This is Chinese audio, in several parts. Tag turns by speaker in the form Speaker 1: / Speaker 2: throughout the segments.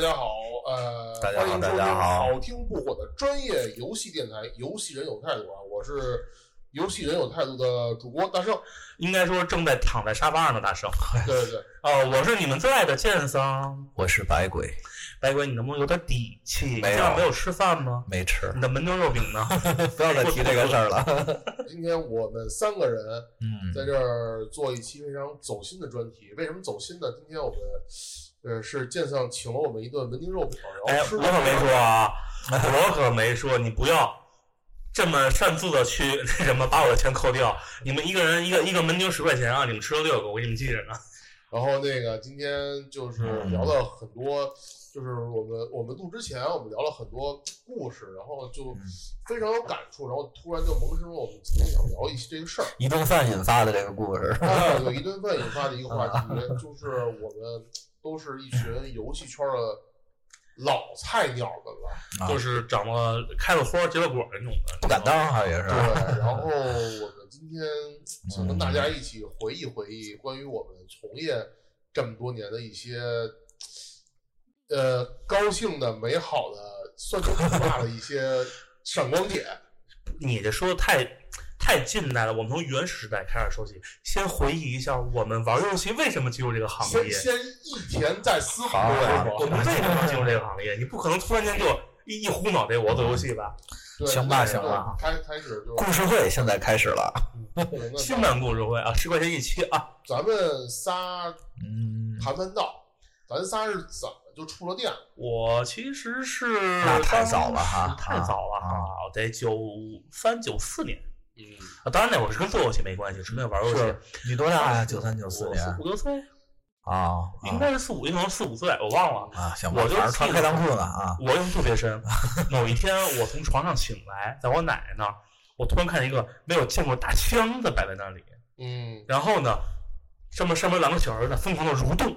Speaker 1: 家好，呃，
Speaker 2: 大家好
Speaker 1: 欢迎收
Speaker 2: 大家
Speaker 1: 听
Speaker 2: 好
Speaker 1: 好听不火的专业游戏电台《游戏人有态度》啊，我是游戏人有态度的主播大圣，
Speaker 3: 应该说正在躺在沙发上的大圣。
Speaker 2: 哎
Speaker 1: 对对对，
Speaker 3: 哦，我是你们最爱的剑桑，
Speaker 2: 我是白鬼，
Speaker 3: 白鬼，你能不能有点底气？
Speaker 2: 没有
Speaker 3: 你今晚没有吃饭吗？
Speaker 2: 没吃，
Speaker 3: 你的门头肉饼呢？
Speaker 2: 不要再提这个事儿 了。
Speaker 1: 今天我们三个人
Speaker 2: 嗯，
Speaker 1: 在这儿做一期非常走心的专题。为什么走心呢？今天我们呃是剑上请了我们一顿门钉肉饼，然后
Speaker 3: 哎，我
Speaker 1: 吃
Speaker 3: 可
Speaker 1: 了
Speaker 3: 没说啊，我可没说，你不要这么擅自的去 那什么把我的钱扣掉。你们一个人一个一个门钉十块钱啊，你们吃了六个，我给你们记着呢。
Speaker 1: 然后那个今天就是聊了很多，就是我们我们录之前我们聊了很多故事，然后就非常有感触，然后突然就萌生了我们今天想聊一些这个事儿，
Speaker 2: 移动饭引发的这个故事，
Speaker 1: 啊有一顿饭引发的一个话题，就是我们都是一群游戏圈的老菜鸟们了，
Speaker 2: 啊
Speaker 3: 就是长了开了花结了果那种的，
Speaker 2: 不敢当哈也是
Speaker 1: 对。，然 后我们今天
Speaker 2: 嗯
Speaker 1: 想跟大家一起回忆回忆关于我们从业这么多年的一些，呃，高兴的、美好的、酸甜苦辣的一些闪光点。
Speaker 3: 你这说的太太近代了，我们从原始时代开始说起，先回忆一下我们玩游戏为什么进入这个行
Speaker 1: 先
Speaker 3: 业，
Speaker 1: 先一甜再思考，
Speaker 2: 好
Speaker 1: 是吧
Speaker 3: 我们为什么进入这个行业？你不可能突然间就一一糊脑袋我做游戏吧？
Speaker 1: 对
Speaker 2: 行吧
Speaker 1: 对
Speaker 2: 行吧
Speaker 1: 开开始就
Speaker 2: 故事会现在开始了。
Speaker 1: 对
Speaker 2: 嗯
Speaker 1: 那
Speaker 3: 新版故事会啊，十块钱一期啊，
Speaker 1: 咱们仨
Speaker 2: 嗯，
Speaker 1: 谈谈到，咱仨是怎么就触了电？
Speaker 3: 我其实是
Speaker 2: 那太早了哈
Speaker 3: 当时太早了
Speaker 2: 啊
Speaker 3: 哈，我得九三九四年
Speaker 1: 嗯，
Speaker 3: 啊，当然那会儿是跟做游戏没关系，纯粹玩游戏。
Speaker 2: 你多大呀？九三九四
Speaker 3: 我
Speaker 2: 年
Speaker 3: 四五六岁，
Speaker 2: 啊，
Speaker 3: 应该是四五，应该是四五岁，我忘了。
Speaker 2: 啊，行吧，
Speaker 3: 我就
Speaker 2: 反正穿开裆裤呢啊。
Speaker 3: 我印象特别深，某一天我从床上醒来，在我奶奶那儿，我突然看见一个没有见过大箱子摆在那里，
Speaker 1: 嗯，
Speaker 3: 然后呢，上面上面两个小儿子疯狂的蠕动，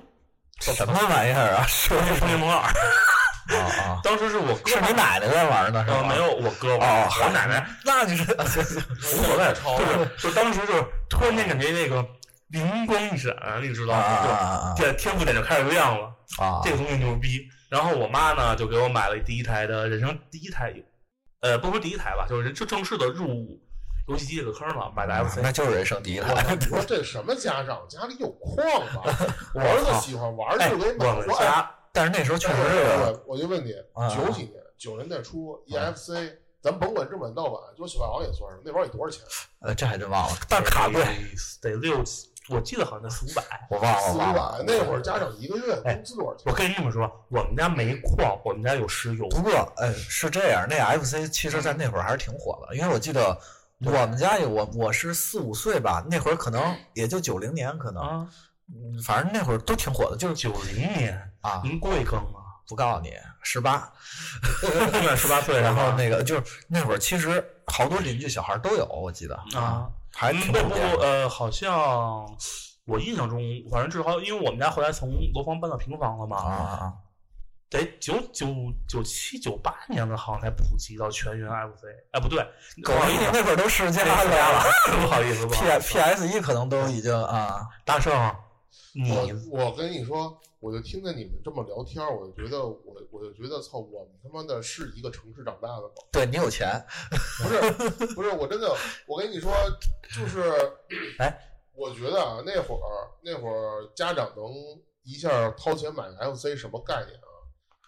Speaker 2: 什么玩意儿 啊？是
Speaker 3: 《英雄联盟二》。
Speaker 2: 啊啊，
Speaker 3: 当时是我哥
Speaker 2: 是你奶奶在玩呢是
Speaker 3: 呃，
Speaker 2: 吧？
Speaker 3: 没有我哥玩，
Speaker 2: 哦，
Speaker 3: 我奶奶，，
Speaker 2: 那就是啊行行
Speaker 3: 无 所谓，就是就当时就是突然间感觉那个灵光一闪，你知道
Speaker 2: 啊啊
Speaker 3: 吗？
Speaker 2: 啊
Speaker 3: 就这天赋点就开始亮了，
Speaker 2: 啊啊！
Speaker 3: 这个东西牛逼。然后我妈呢就给我买了第一台的人生第一台，呃，不说第一台吧，就是就正式的入游戏机这个坑了，买的 FC。
Speaker 2: 那就是人生第一台。
Speaker 1: 我你说这什么家长家里有矿 吧？
Speaker 3: 我
Speaker 1: 儿子
Speaker 3: 操
Speaker 1: 喜欢玩
Speaker 2: 哎
Speaker 1: 就给买
Speaker 3: 我们
Speaker 1: 回来。
Speaker 3: 家
Speaker 2: 但是那时候确实是
Speaker 1: 我我就问你，
Speaker 3: 嗯
Speaker 2: 啊
Speaker 1: 九几年九十年代初 EFC，咱甭管正版盗版，就小霸王也算是，那玩意儿得多少钱？
Speaker 2: 呃，这还真忘了，但是卡贵，
Speaker 3: 得六，我记得好哎像四五百。
Speaker 2: 我忘了，
Speaker 1: 四
Speaker 2: 我
Speaker 1: 五
Speaker 2: 忘了
Speaker 1: 百。。那会儿家长一个月工资多少
Speaker 3: 我
Speaker 1: 钱？
Speaker 3: 跟你们说，我们家没矿，我们家有石油。
Speaker 2: 不过，呃，是这样，
Speaker 3: 嗯
Speaker 2: 那 FC 其实在那会儿还是挺火的，因为我记得我们家有我我是四五岁吧，那会儿可能也就九零年，可能、
Speaker 3: 啊，
Speaker 2: 嗯反正那会儿都挺火的，就是
Speaker 3: 九零年，
Speaker 2: 啊，
Speaker 3: 您贵庚 啊？
Speaker 2: 不告诉你十八，
Speaker 3: 不满十八岁，
Speaker 2: 然
Speaker 3: 然
Speaker 2: 后
Speaker 3: 后
Speaker 2: 那个就是那会儿其实好多邻居小孩都有，我记得
Speaker 3: 啊，
Speaker 2: 还
Speaker 3: 嗯
Speaker 2: 挺
Speaker 3: 不
Speaker 2: 普
Speaker 3: 不
Speaker 2: 遍的
Speaker 3: 不，呃，好像我印象中，反正至少因为我们家后来从楼房搬到平房了
Speaker 2: 啊
Speaker 3: 嘛，
Speaker 2: 啊啊！
Speaker 3: 得九九九七九八年的，好像才普及到全员 FC。哎，不对，不
Speaker 2: 狗
Speaker 3: 好
Speaker 2: 屁啊
Speaker 3: 意思，
Speaker 2: 那会儿都世家
Speaker 3: 哎家了
Speaker 2: 了，
Speaker 3: 不好意思，不好
Speaker 2: ，P
Speaker 3: 意
Speaker 2: P
Speaker 3: 思，
Speaker 2: S E 可能都已经啊，
Speaker 3: 大圣，你
Speaker 1: 我我跟你说，我就听着你们这么聊天儿，我就觉得我我就觉得操，我们他妈的是一个城市长大的吗？
Speaker 2: 对你有钱，
Speaker 1: 不是不是，我真的，我跟你说，就是，
Speaker 3: 哎，
Speaker 1: 我觉得啊，那会儿那会儿家长能一下掏钱买个 FC 什么概念啊？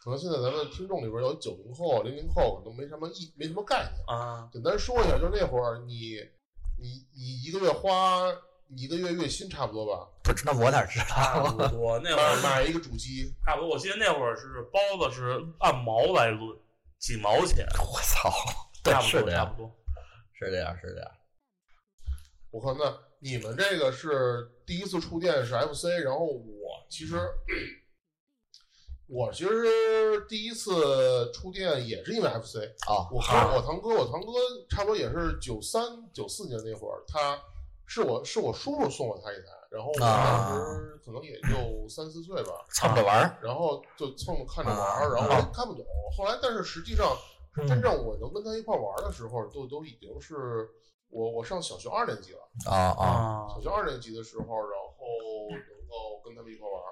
Speaker 1: 可能现在咱们听众里边有九零后、零零后，可能没什么意没什么概念。
Speaker 3: 啊，
Speaker 1: 简单说一下，就是那会儿你你你一个月花一个月月薪差不多吧，
Speaker 2: 不知那我哪知道？
Speaker 3: 差不多那会
Speaker 1: 买
Speaker 3: 儿
Speaker 1: 买一个主机，
Speaker 3: 差不多，我记得那会儿是包子是按毛来论，几毛钱，
Speaker 2: 我操！对
Speaker 3: 差，
Speaker 2: 是
Speaker 3: 不多
Speaker 2: 这
Speaker 3: 差
Speaker 2: 样，
Speaker 3: 不多。
Speaker 2: 是这样，是这样。
Speaker 1: 我靠，那你们这个是第一次触电是 FC，然后我其实我其实第一次触电也是因为 FC。
Speaker 2: 哦，
Speaker 1: 我
Speaker 3: 啊
Speaker 1: 堂我堂哥，我堂哥差不多也是九三九四年那会儿，他是我是我叔叔送我他一台，然后我当
Speaker 2: 啊
Speaker 1: 时可能也就三四岁吧，
Speaker 2: 蹭着玩儿
Speaker 1: 然后就蹭着看着玩儿，
Speaker 2: 啊
Speaker 1: 然后我也看不懂。后来，但是实际上
Speaker 3: 嗯
Speaker 1: 真正我能跟他一块儿玩儿的时候，都都已经是我我上小学二年级了。
Speaker 2: 啊啊！
Speaker 3: 啊
Speaker 1: 小学二年级的时候，然后能够跟他们一块玩儿。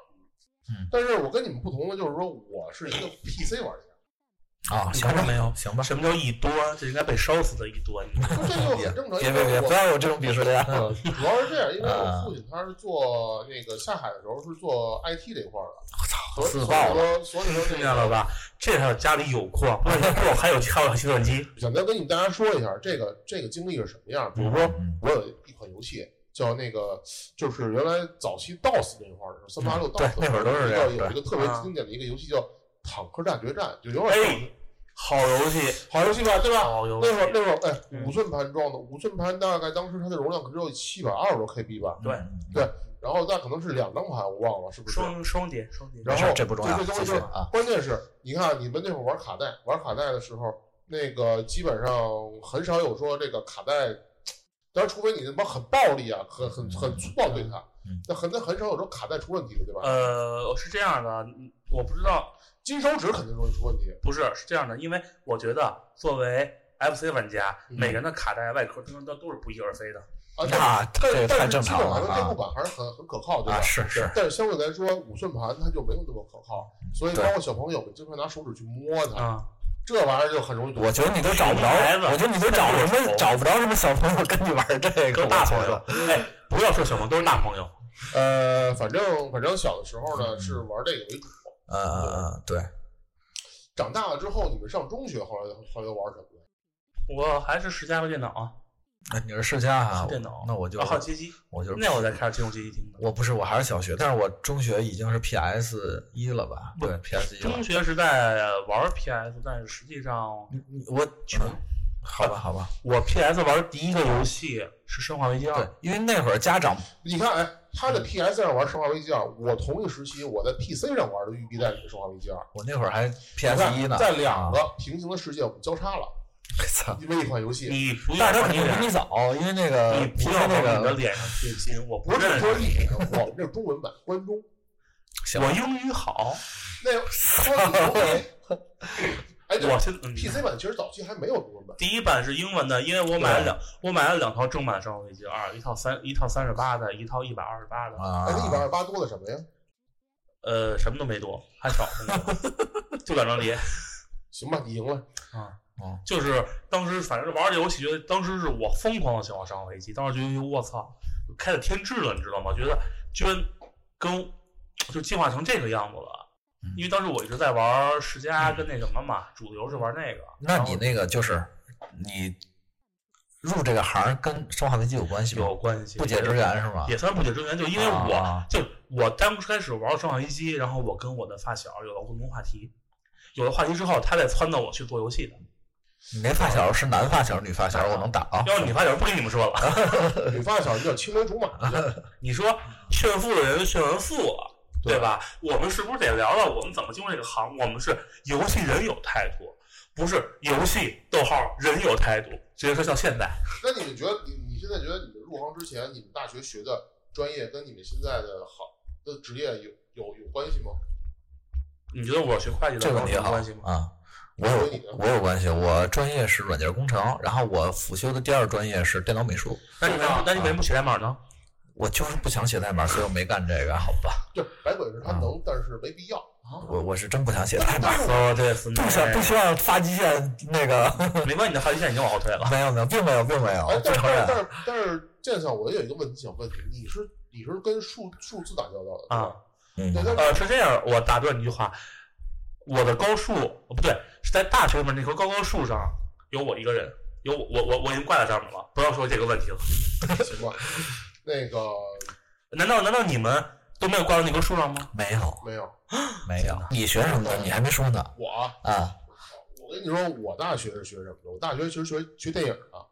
Speaker 2: 嗯
Speaker 1: 但是我跟你们不同的就是说，我是一 个 PC 玩家，
Speaker 2: 啊，
Speaker 3: 你
Speaker 2: 行
Speaker 3: 看
Speaker 2: 吧
Speaker 3: 着，没有？
Speaker 2: 行吧，
Speaker 3: 什么叫一多？这应该被烧死的一多。你
Speaker 1: 就这个很正常。
Speaker 2: 别
Speaker 1: 因
Speaker 2: 别
Speaker 1: 为
Speaker 2: 别，
Speaker 1: 我呃
Speaker 2: 啊不要有这种鄙视链。
Speaker 3: 嗯，
Speaker 1: 主要是这样，因为我父亲他是做那个下海的时候是做 IT 这一块儿的，所以所
Speaker 2: 自
Speaker 1: 以
Speaker 2: 爆
Speaker 1: 说所以说
Speaker 3: 听
Speaker 1: 这
Speaker 3: 见了
Speaker 1: 个
Speaker 3: 吧？这还有家里有矿，万一矿还有还有计算 机，
Speaker 1: 想再跟你们大家说一下这个这个经历是什么样。比如说，
Speaker 2: 嗯
Speaker 1: 我有一款游戏叫那个，就是原来早期 DOS 那块儿的时候，三八六
Speaker 2: 嗯对
Speaker 1: DOS
Speaker 2: 那会儿都是这样
Speaker 1: 有一个有一个特别
Speaker 3: 啊
Speaker 1: 经典的一个游戏叫《坦克大决战》，就有点像
Speaker 3: 哎，好游戏，
Speaker 1: 好游戏吧，对
Speaker 2: 哦
Speaker 1: 吧？
Speaker 3: 好游
Speaker 1: 那
Speaker 3: 戏
Speaker 1: 会，儿那会儿，哎，
Speaker 3: 嗯
Speaker 1: 五寸盘装的，五寸盘大概当时它的容量可只有七百二十多 KB 吧，
Speaker 3: 对
Speaker 1: 对然后那可能是两张盘，我忘了是不是？
Speaker 3: 双双碟双碟，
Speaker 1: 然
Speaker 2: 没事
Speaker 1: 后
Speaker 2: 这不重要
Speaker 1: 就这东
Speaker 2: 继
Speaker 1: 西
Speaker 2: 续
Speaker 1: 就
Speaker 2: 啊
Speaker 1: 关键是，你看你们那会儿玩卡带，玩卡带的时候，那个基本上很少有说这个卡带，当然除非你他妈很暴力啊，很很很粗暴对它
Speaker 2: 嗯，
Speaker 1: 那很那很少有说卡带出问题的，对吧？
Speaker 3: 呃，是这样的，嗯我不知道，
Speaker 1: 金手指肯定容易出问题，
Speaker 3: 不是是这样的，因为我觉得作为 FC 玩家，
Speaker 1: 嗯
Speaker 3: 每个人的卡带外壳它都都是不翼而飞的。
Speaker 1: 啊，
Speaker 2: 那
Speaker 1: 但
Speaker 2: 这
Speaker 1: 是
Speaker 2: 个
Speaker 1: 但
Speaker 2: 太
Speaker 1: 是
Speaker 2: 正
Speaker 1: 基本
Speaker 2: 常
Speaker 1: 上
Speaker 2: 了
Speaker 1: 电路
Speaker 2: 啊
Speaker 1: 板还是很很可靠，对吧
Speaker 2: 啊！？是是，
Speaker 1: 但是相对来说，五寸盘它就没有那么可靠，所以
Speaker 2: 对
Speaker 1: 包括小朋友们经常拿手指去摸它，
Speaker 3: 啊，
Speaker 1: 这玩意儿就很容易。
Speaker 2: 我觉得你都找不着
Speaker 3: 孩子，
Speaker 2: 我觉得你都找什么找不着什么小朋友跟你玩这
Speaker 3: 都
Speaker 2: 个，
Speaker 3: 是大
Speaker 2: 我觉
Speaker 3: 朋友
Speaker 2: 得，
Speaker 3: 哎，不要说小朋友，都是大朋友。
Speaker 1: 呃，反正反正小的时候呢是玩这个为主，
Speaker 2: 嗯嗯嗯，对，
Speaker 1: 长大了之后你们上中学后来后来又玩什么了？
Speaker 3: 我还是十加个电脑啊，
Speaker 2: 那你是世家啊
Speaker 3: 是，电脑
Speaker 2: 那我就
Speaker 3: 然后街机，
Speaker 2: 我就是
Speaker 3: 那我才开始进入街机厅的。
Speaker 2: 我不是，我还是小学，但是我中学已经是 PS 一了吧？
Speaker 3: 不
Speaker 2: 对，PS 一了
Speaker 3: 中。学时代玩 PS，但是实际上
Speaker 2: 你你我嗯
Speaker 3: 全
Speaker 2: 好吧，好吧，
Speaker 3: 我 PS 玩的第一个游戏是《生化危机二
Speaker 2: 对》，，因为那会儿家长
Speaker 1: 你看，哎，他
Speaker 2: 嗯
Speaker 1: 在 PS 上玩《生化危机二》，我同一时期我在 PC 上玩的《育碧代理的《生化危机二》
Speaker 2: 我那会儿还
Speaker 1: 你
Speaker 2: PS 一
Speaker 1: 看
Speaker 2: 呢，
Speaker 1: 在两
Speaker 2: 啊，
Speaker 1: 个平行的世界我们交叉了，
Speaker 2: 操！
Speaker 1: 因为一款游戏。
Speaker 3: 你不要
Speaker 2: 但是他
Speaker 3: 往
Speaker 2: 肯
Speaker 3: 你
Speaker 2: 定
Speaker 3: 脸
Speaker 2: 比你早，哦因为那个
Speaker 3: 你不
Speaker 2: PC
Speaker 3: 要
Speaker 2: 呃那
Speaker 3: 往你的
Speaker 2: 个
Speaker 3: 脸上贴金，我不
Speaker 1: 不是
Speaker 3: 认
Speaker 1: 说
Speaker 3: 识
Speaker 1: 一点，我们这中文版关中
Speaker 2: 行
Speaker 3: 我英语好，
Speaker 1: 那 说你中文，哎，对
Speaker 3: 我现嗯
Speaker 1: PC 版其实早期还没有中文版，
Speaker 3: 第一版是英文的，因为我买了两我买了两套正版《生化危机二》，一套三一套三十八的，一套一百二十八的，
Speaker 1: 哎，那一百
Speaker 2: 啊
Speaker 1: 二，十八多的什么呀？
Speaker 3: 呃，什么都没多，还少着呢， 就两张碟。
Speaker 1: 行吧，你赢了。
Speaker 3: 就是当时反正玩这游戏，觉得当时是我疯狂的想玩《生化危机》，当时觉得我操，开了天智了，你知道吗？觉得居然跟就进化成这个样子了
Speaker 2: 嗯。
Speaker 3: 因为当时我一直在玩世嘉跟那什么嘛，主流是玩那个。
Speaker 2: 那
Speaker 3: 然后
Speaker 2: 你那个就是你入这个行跟生化危机有关系吗？
Speaker 3: 有关系？
Speaker 2: 不解之缘是吗？
Speaker 3: 也算不解之缘，就因为我、
Speaker 2: 啊
Speaker 3: 就我刚开始玩《生化危机》，然后我跟我的发小有了共同话题，有了话题之后，他再撺掇我去做游戏的。
Speaker 2: 你那发小是男发小女发小？我能打啊？
Speaker 3: 要是你发小不跟你们说了。
Speaker 1: 你发小叫青梅竹马，
Speaker 3: 你说炫富的人炫完富了，
Speaker 1: 对
Speaker 3: 对吧？我们是不是得聊聊我们怎么进入这个行？我们是游戏人有态度，不是游戏逗号人有态度。直接说到现在，
Speaker 1: 那你们觉得，你你现在觉得你们入行之前，你们大学学的专业跟你们现在的好的职业有有有关系吗？
Speaker 3: 你觉得我学会计的
Speaker 2: 这个
Speaker 3: 跟
Speaker 2: 问
Speaker 3: 我
Speaker 2: 题
Speaker 3: 有
Speaker 2: 好
Speaker 3: 关系吗？
Speaker 2: 啊。我
Speaker 1: 所以你
Speaker 2: 有
Speaker 1: 呢
Speaker 2: 我有关系，我专业是软件工程，然后我辅修的第二专业是电脑美术。
Speaker 3: 那你为什么
Speaker 1: 啊
Speaker 3: 那你为什么不写代码呢？
Speaker 2: 我就是不想写代码，所以我没干这个，好吧？
Speaker 1: 对，白鬼是他
Speaker 3: 啊
Speaker 1: 能，但是没必要。
Speaker 2: 我我是真不想写代 码，
Speaker 3: 哦，对，不
Speaker 2: 不想不希望发际线那个，
Speaker 3: 没关系，你的好奇线已经往后退 了。
Speaker 2: 没有没有，并没有并没有，
Speaker 1: 哎
Speaker 2: 我，不
Speaker 1: 但是
Speaker 2: 承认。
Speaker 1: 但是但是，剑校我有一个问题想问你，你是你是跟数数字打交道的
Speaker 3: 啊？
Speaker 1: 对吧
Speaker 2: 嗯，
Speaker 1: 对，但
Speaker 3: 呃，是这样，我打断你一句话，我的高数哦不对，是在大学里面那棵高高树上有我一个人，有我我我我已经挂在上面了，不要说这个问题了。
Speaker 1: 是行吧？那个
Speaker 3: 难道难道你们都没有挂到那棵树上吗？
Speaker 2: 没有
Speaker 1: 没有，
Speaker 2: 没有。你学什么的？你还没说呢
Speaker 1: 我啊
Speaker 2: 啊？
Speaker 1: 我跟你说，我大学是学什么的？我大学其实学学电影啊的。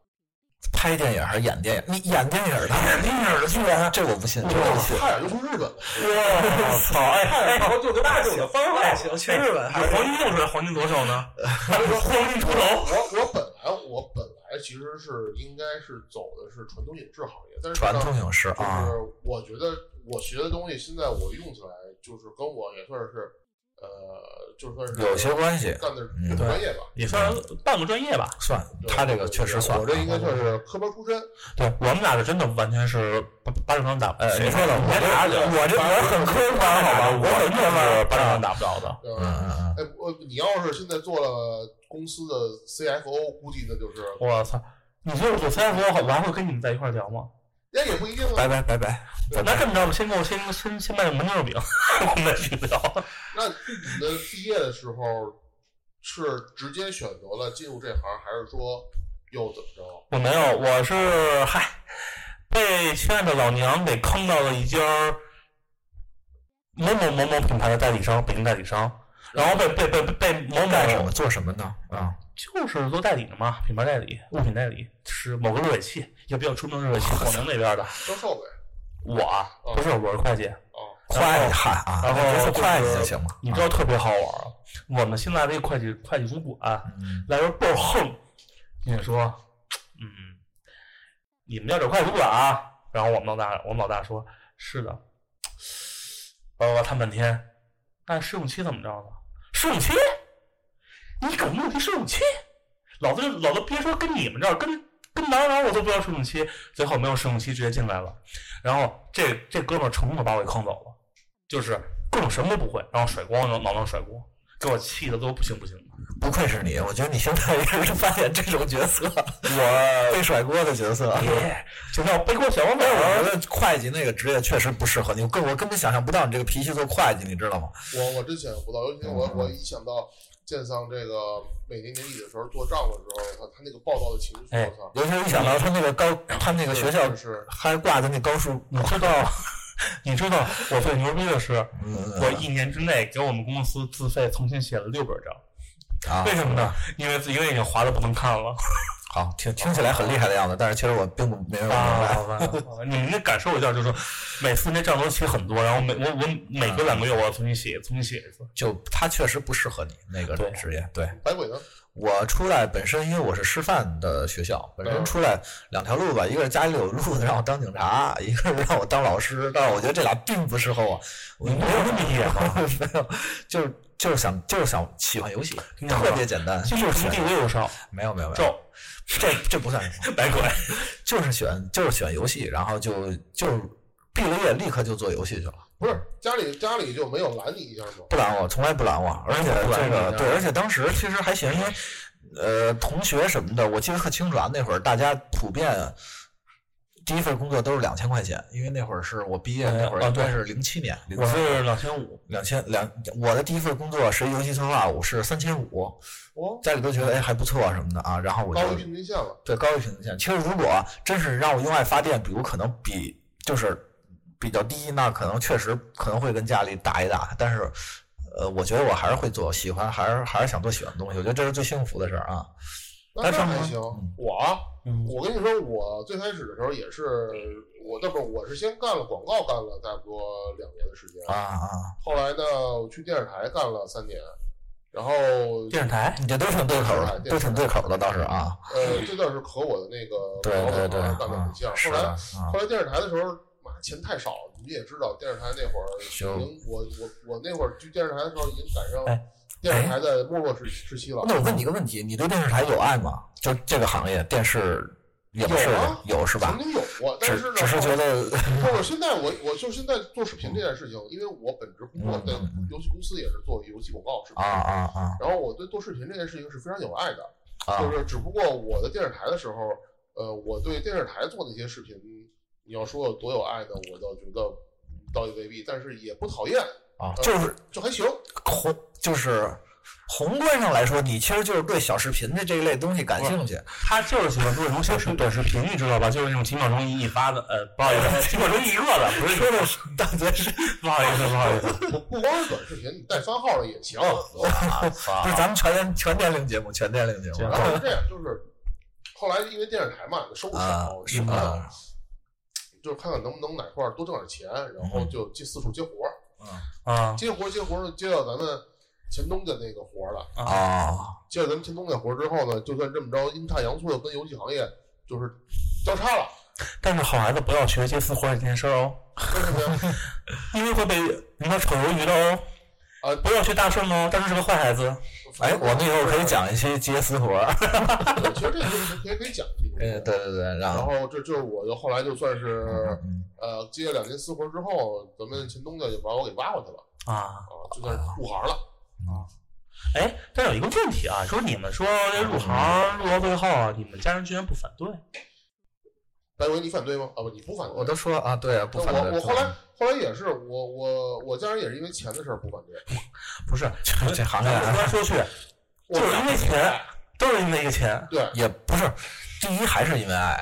Speaker 2: 拍电影还是演电影？你 演电影的？演电影的居然？这我不信，这我不信。
Speaker 1: 差点就去日本了。
Speaker 3: 我操！哎，
Speaker 2: 哎
Speaker 3: 就跟
Speaker 2: 大众的方法哎行去日本还是
Speaker 3: 哎黄金右手，黄金左手呢？哎黄金秃头。
Speaker 1: 我我本来我本来其实是应该是走的是传统影视行业，但是呢
Speaker 2: 传统影视
Speaker 1: 就
Speaker 2: 啊，
Speaker 1: 是我觉得我学的东西，现在我用起来，就是跟我也算是呃就是说是
Speaker 2: 有些关系
Speaker 1: 干的
Speaker 2: 嗯
Speaker 1: 是专业吧。
Speaker 3: 也算半个专业吧。
Speaker 2: 算
Speaker 1: 对
Speaker 2: 他这个确实算。
Speaker 1: 我这应该算是科班出身，
Speaker 3: 对我们俩是真的完全是八八正常打，呃，
Speaker 2: 谁说的？我这
Speaker 1: 俩人
Speaker 2: 我这我很科班好吧？
Speaker 3: 我
Speaker 2: 我很科班
Speaker 3: 是八正常打不着的。
Speaker 1: 对
Speaker 2: 嗯
Speaker 1: 吧？
Speaker 2: 嗯
Speaker 1: 哎，我你要是现在做了公司的 CFO，估计那就是
Speaker 3: 我操！你说我做 CFO，我还会跟你们在一块儿聊吗？
Speaker 1: 那也不一定
Speaker 2: 嗯，
Speaker 1: 啊。
Speaker 2: 拜拜拜拜。
Speaker 3: 那这么着吧，先给我先先先卖个馒头饼， 我们再去聊。
Speaker 1: 那你们毕业的时候是直接选择了进入这行，还是说又怎么着？
Speaker 3: 我没有，我是嗨，被亲爱的老娘给坑到了一家儿某某某某品牌的代理商，北京代理商，然后被被被被被某
Speaker 2: 干什么
Speaker 3: 某
Speaker 2: 做什么呢？啊，
Speaker 3: 就是做代理的嘛，品牌代理、物品代理，是某个热水器，也比较出名的热水器，广宁那边的。
Speaker 1: 销售呗。
Speaker 3: 我啊
Speaker 1: 嗯
Speaker 3: 不是，我是会计，
Speaker 1: 啊，
Speaker 2: 会计嗨啊，
Speaker 3: 然后
Speaker 2: 别说
Speaker 3: 就是
Speaker 2: 会计就行了。啊
Speaker 3: 你知道特别好玩儿。我们新来的一个会计会计主管，
Speaker 2: 嗯
Speaker 3: 来人倍儿横，跟你说，嗯，你们要找快主管啊。然后我们老大，我们老大说，是的，叭叭叭谈半天，那试用期怎么着呢？试用期？你给我弄提试用期？老子老子别说跟你们这儿，跟跟哪儿哪儿我都不要试用期，最后没有试用期直接进来了。然后这这哥们儿成功的把我给坑走了，就是各种什么都不会，然后甩锅，老老能甩锅，给我气的都不行不行的。
Speaker 2: 不愧是你，我觉得你现在也是扮演这种角色，
Speaker 3: 我
Speaker 2: 被甩锅的角色。
Speaker 3: 耶，就像背锅小王子
Speaker 2: 但是我觉得会计那个职业确实不适合你，更我根本想象不到你这个脾气做会计，你知道吗？
Speaker 1: 我我真想象不到，尤其我
Speaker 2: 嗯
Speaker 1: 我一想到建桑这个每年年底的时候做账的时候，我操，他那个暴躁的情绪，
Speaker 3: 哎
Speaker 1: 我操，
Speaker 2: 尤其是一想到他那个高，
Speaker 3: 嗯
Speaker 2: 他那个学校
Speaker 1: 是是
Speaker 2: 还挂的那高数，
Speaker 3: 你知道， 你知道我最牛逼的是，我
Speaker 2: 嗯
Speaker 3: 一年之内给我们公司自费重新写了六本账，
Speaker 2: 啊
Speaker 3: 为，什么呢？因为因为已经划的不能看了。
Speaker 2: 好听听起来很厉害的样子，但是其实我并不没有明白。
Speaker 3: 好吧， 好吧你们能感受一下，就是说每次那账都写很多，然后每我我每隔两个月我要重新写，重新写一次。
Speaker 2: 就他确实不适合你那个
Speaker 3: 对
Speaker 2: 职业。对
Speaker 1: 白鬼呢？
Speaker 2: 我出来本身，因为我是师范的学校，本身
Speaker 1: 嗯
Speaker 2: 出来两条路吧，一个是家里有路子让我当警察， 一个是让我当老师，但是我觉得这俩并不适合我。我
Speaker 3: 你没有那么啊野吗？
Speaker 2: 没有，就是就是想就是想喜欢游戏，
Speaker 3: 你想
Speaker 2: 特别简单，
Speaker 3: 这就是从地位上，
Speaker 2: 没有没有没有，
Speaker 3: 照
Speaker 2: 这这不算什么，
Speaker 3: 白鬼。
Speaker 2: 就是选就是选游戏，然后就就是毕了业立刻就做游戏去了。
Speaker 1: 不是家里家里就没有拦你一下吗？
Speaker 2: 不拦我，从来不拦我，而且
Speaker 3: 不拦
Speaker 2: 这
Speaker 3: 你
Speaker 2: 个
Speaker 3: 啊
Speaker 2: 对，而且当时其实还行，因为呃同学什么的，我记得特清楚啊，那会儿大家普遍。第一份工作都是两千块钱，因为那会儿是我毕业
Speaker 3: 哎
Speaker 2: 那会儿，
Speaker 3: 啊
Speaker 2: 应
Speaker 3: 对
Speaker 2: 该是零七年，
Speaker 3: 我是两千五，
Speaker 2: 两千两。我的第一份工作是游戏策划，我是三千五，
Speaker 1: 哦，
Speaker 2: 家里都觉得哎还不错什么的啊，然后我就
Speaker 1: 高于平均线了。
Speaker 2: 对高于平均线。其实如果真是让我用爱发电，比如可能比就是比较低，那可能确实可能会跟家里打一打，但是。呃，我觉得我还是会做，喜欢还是还是想做喜欢的东西，我觉得这是最幸福的事儿啊。
Speaker 1: 那
Speaker 2: 那
Speaker 1: 这
Speaker 2: 上班
Speaker 1: 还行
Speaker 2: 嗯。
Speaker 1: 我啊
Speaker 3: 嗯
Speaker 1: 我跟你说，我最开始的时候也是，我那不是我是先干了广告，干了差不多两年的时间
Speaker 2: 啊。啊！
Speaker 1: 后来呢，我去电视台干了三年，然后
Speaker 3: 电视台
Speaker 2: 你这都挺对口的，都挺对口的倒是啊。
Speaker 1: 呃，这倒是和我的那个
Speaker 2: 对
Speaker 1: 广告
Speaker 2: 对对，
Speaker 1: 行干的
Speaker 2: 啊
Speaker 1: 很像。
Speaker 2: 是
Speaker 1: 后
Speaker 2: 的
Speaker 1: 来
Speaker 2: 啊。
Speaker 1: 后来电视台的时候，妈钱太少了，你们也知道，电视台那会儿已
Speaker 2: 就
Speaker 1: 经，我我我那会儿去电视台的时候已经赶上
Speaker 3: 哎
Speaker 1: 电视台的没落时时期了。
Speaker 2: 哎那我问你一个问题，你对电视台有爱吗？就这个行业，电视影视
Speaker 1: 有
Speaker 2: 的
Speaker 1: 啊
Speaker 2: 有是吧
Speaker 1: 曾？经有过，但
Speaker 2: 只
Speaker 1: 是呢，
Speaker 2: 只是觉得
Speaker 1: 不，我现在我我就现在做视频这件事情，因为我本职工作
Speaker 2: 嗯
Speaker 1: 在
Speaker 2: 嗯嗯
Speaker 1: 游戏公司也是做游戏广告视频
Speaker 2: 啊。啊啊
Speaker 1: 然后我对做视频这件事情是非常有爱的，
Speaker 2: 啊！
Speaker 1: 就是只不过我在电视台的时候，呃，我对电视台做那些视频，你要说有多有爱呢，我倒觉得倒也未必，但是也不讨厌，
Speaker 2: 啊，就是
Speaker 1: 就还行。
Speaker 2: 宏就是宏观上来说，你其实就是对小视频的这一类东西感兴趣。
Speaker 3: 他就是喜欢做那种小视短视频，你知道吧？就是那种几秒钟一发的，呃，不好意思，几秒钟一个的，不是
Speaker 2: 说的是大嘴是，
Speaker 3: 不好意思，不好意思，
Speaker 1: 不不光是短视频，你带番号的也行。
Speaker 2: 哦不是咱们全年全年龄节目，全年龄节
Speaker 3: 这
Speaker 2: 目啊
Speaker 3: 样
Speaker 1: 然后是这样，就是后来因为电视台嘛，收入
Speaker 2: 啊
Speaker 1: 少，，
Speaker 2: 是
Speaker 1: 吧？
Speaker 2: 啊，
Speaker 1: 嗯就是看看能不能哪块儿多挣点钱，然
Speaker 2: 嗯
Speaker 1: 后就接四处接活儿。
Speaker 3: 啊
Speaker 1: 接活儿接活儿呢，接到咱们前东家那个活儿了。
Speaker 3: 啊，
Speaker 2: 哦，
Speaker 1: 接到咱们前东家活儿之后呢，就算这么着阴差阳错的跟游戏行业就是交叉了，
Speaker 3: 但是好孩子不要学接私活这件事儿哦，
Speaker 1: 为什么呀？
Speaker 3: 因为会被人家炒鱿鱼的哦。
Speaker 1: 啊
Speaker 2: 不要学大圣哦，大圣是个坏孩子。呃哎，我们以后可以讲一些接私活儿。
Speaker 1: 我觉得这个东西可以可以讲这个东西。
Speaker 2: 嗯，对对对，然
Speaker 1: 然
Speaker 2: 后
Speaker 1: 后这就是我就后来就算是
Speaker 2: 嗯
Speaker 1: 呃接了两年私活之后，咱们陈东家就把我给挖过去了
Speaker 3: 啊。
Speaker 1: 啊，就算入行了。
Speaker 3: 哎，但有一个问题啊，说你们说这入行入到最后啊，你们家人居然不反对
Speaker 1: 白文，你反对吗？啊不，你不反对。
Speaker 2: 我都说啊，对啊，不反对。
Speaker 1: 我我后来后来也是，我我我家人也是因为钱的事儿不反对，
Speaker 3: 不是，
Speaker 2: 这这行业
Speaker 3: 咱们
Speaker 2: 啊
Speaker 3: 说来说去
Speaker 1: 我
Speaker 3: 就是因为钱，都是因为一个钱。
Speaker 1: 对，
Speaker 2: 也不是，第一还是因为爱，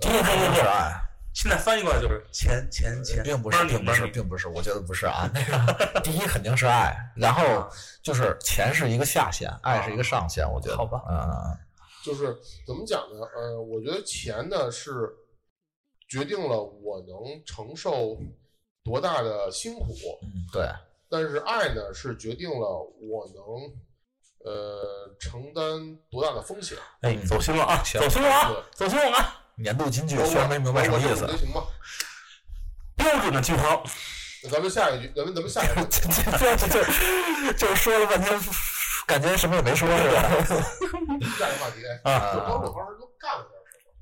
Speaker 2: 第一还是因为爱，
Speaker 3: 现在翻译过来就是钱钱钱，
Speaker 2: 啊并不是，并不是，
Speaker 3: 你
Speaker 2: 并不是，我觉得不是啊。那个第一肯定是爱，然后就是钱是一个下限，爱是一个上限，我觉得。
Speaker 3: 好吧
Speaker 2: 嗯，嗯
Speaker 1: 就是怎么讲呢？呃，我觉得钱呢是决定了我能承受多大的辛苦，
Speaker 2: 嗯，对，
Speaker 1: 但是爱呢是决定了我能呃承担多大的风险。
Speaker 3: 哎，走心了啊，
Speaker 2: 嗯行
Speaker 3: 走心了啊，走心了啊，
Speaker 2: 年度金句虽然没明白什么意思。
Speaker 1: 我我我我觉得。行吧，
Speaker 3: 标准的鸡汤。
Speaker 1: 那咱们下一句，咱们咱们下一句
Speaker 2: 这这这这， 就是说了半天，感觉什么也没说似的。
Speaker 1: 下一个话题，哎
Speaker 2: 啊
Speaker 1: 我刚入行时都干了点什么？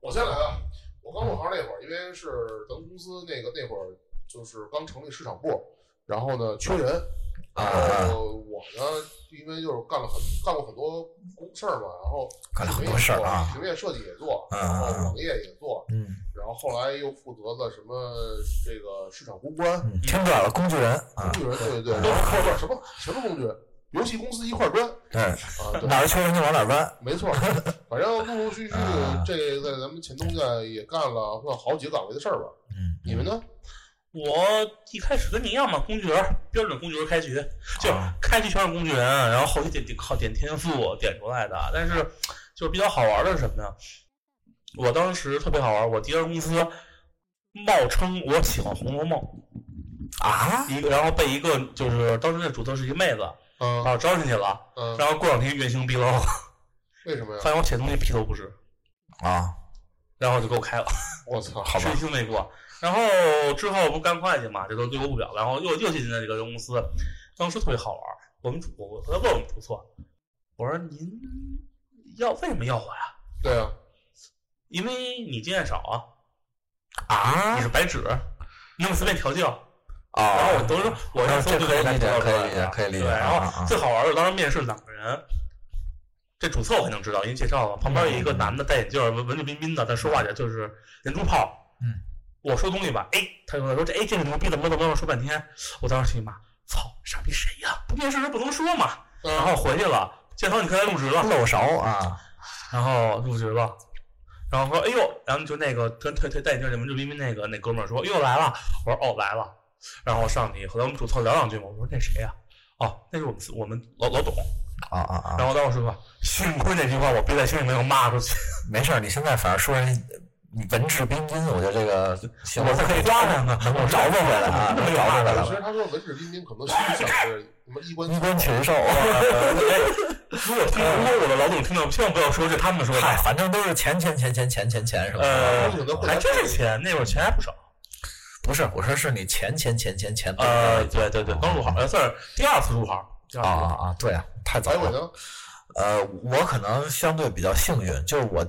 Speaker 1: 我先来啊，我刚入行那会儿，因为是咱们公司那个那会儿就是刚成立市场部，然后呢缺人，
Speaker 2: 啊
Speaker 1: 然后我呢因为就是干了很干过很多公事儿嘛，然后
Speaker 2: 干了很多事儿啊
Speaker 1: 平面设计也做，
Speaker 2: 嗯
Speaker 1: 然后网页也做，
Speaker 2: 嗯
Speaker 1: 然后后来又负责了什么这个市场公关。
Speaker 2: 嗯，听出来了，工具人啊
Speaker 1: 工，具人，对对对，都是工具人什么什么工具人，游戏公司一块儿砖
Speaker 2: 对，
Speaker 1: 啊，对，
Speaker 2: 嗯哪儿缺人就往哪儿搬。
Speaker 1: 没错，反正陆陆续续
Speaker 2: 啊
Speaker 1: 这在咱们前东家也干了算好几个岗位的事儿吧。
Speaker 2: 嗯，
Speaker 1: 你们呢？
Speaker 3: 我一开始跟你一样嘛，工具人，标准工具人开局，就是
Speaker 2: 啊
Speaker 3: 开局全是工具人，然后后期点点靠点天赋点出来的。但是就是比较好玩的是什么呢？我当时特别好玩，我第一家公司冒称我喜欢《红楼梦
Speaker 2: 啊》，
Speaker 3: 一个然后被一个就是当时那主策是一妹子把
Speaker 1: 嗯
Speaker 3: 我招进去了，
Speaker 1: 嗯，
Speaker 3: 然后过两天原形毕露，
Speaker 1: 为什么 呀？
Speaker 3: 发现我写东西屁都不是，
Speaker 2: 啊，
Speaker 3: 然后就给我开了。
Speaker 1: 我操！
Speaker 2: 好吧
Speaker 3: 水，星没过。然后之后不干会计嘛，这都对我不表，然后又又进了这个公司，当时特别好玩儿。我们主我他问我们主错，我说您要为什么要我呀？
Speaker 1: 对啊，
Speaker 3: 因为你经验少啊，
Speaker 2: 啊
Speaker 3: 你是白纸，你那么随便调教。然后我
Speaker 2: 啊，
Speaker 3: 都是我
Speaker 2: 啊
Speaker 3: 是
Speaker 2: 这可以理解可以理解可以理解
Speaker 3: 对，
Speaker 2: 啊
Speaker 3: 然
Speaker 2: 啊
Speaker 3: 后最好玩的当呃时面试两个人，这主策我肯定知道，因为介绍了。旁边有一个男的戴眼镜儿，文文质彬彬的，但说话也就是人猪炮。
Speaker 2: 嗯，
Speaker 3: 我说东西吧，哎，他就说这哎这个牛逼怎么怎么着说半天，我当时心里骂，操，傻逼谁呀？不面试时候不能说嘛。
Speaker 1: 嗯
Speaker 3: 然后回去了，建涛你刚才入职了，
Speaker 2: 漏勺啊，
Speaker 3: 然后入职了，然后说哎呦，然后就那个跟推推戴眼镜儿那文质彬彬那个那哥们儿说又哎来了，我说哦来了，然后我上去，后来我们主创聊两句嘛，我说那谁呀、哦，那是我们我们老老董，
Speaker 2: 啊啊啊
Speaker 3: 然！后当时说幸亏那句话我憋在心里没有骂出去，
Speaker 2: 没事儿，你现在反正说人文质彬彬，我觉得这个行，
Speaker 3: 我是可以抓 他呢，
Speaker 2: 能够找不回来 啊，能找回来
Speaker 1: 其
Speaker 2: 了。
Speaker 1: 实他说文质彬彬，可能心里想的是什么衣冠
Speaker 2: 衣冠禽兽，
Speaker 3: 如果听如果我的老董听到，千万不要说是他们说
Speaker 2: 嗨，
Speaker 3: 的，
Speaker 2: 反正都是钱钱钱钱钱钱钱什么
Speaker 3: 呃
Speaker 2: 的。
Speaker 1: 可能，会
Speaker 3: 还真是钱，那会儿钱还不少，
Speaker 2: 不是，我说是你钱钱钱钱钱。
Speaker 3: 呃，对对对，刚入行，呃，算是第二次入行，第二
Speaker 2: 啊
Speaker 3: 次入
Speaker 2: 啊
Speaker 3: 行
Speaker 2: 啊！对啊，太早
Speaker 1: 白哎我
Speaker 2: 了。
Speaker 1: 呢？
Speaker 2: 呃，我可能相对比较幸运，就是我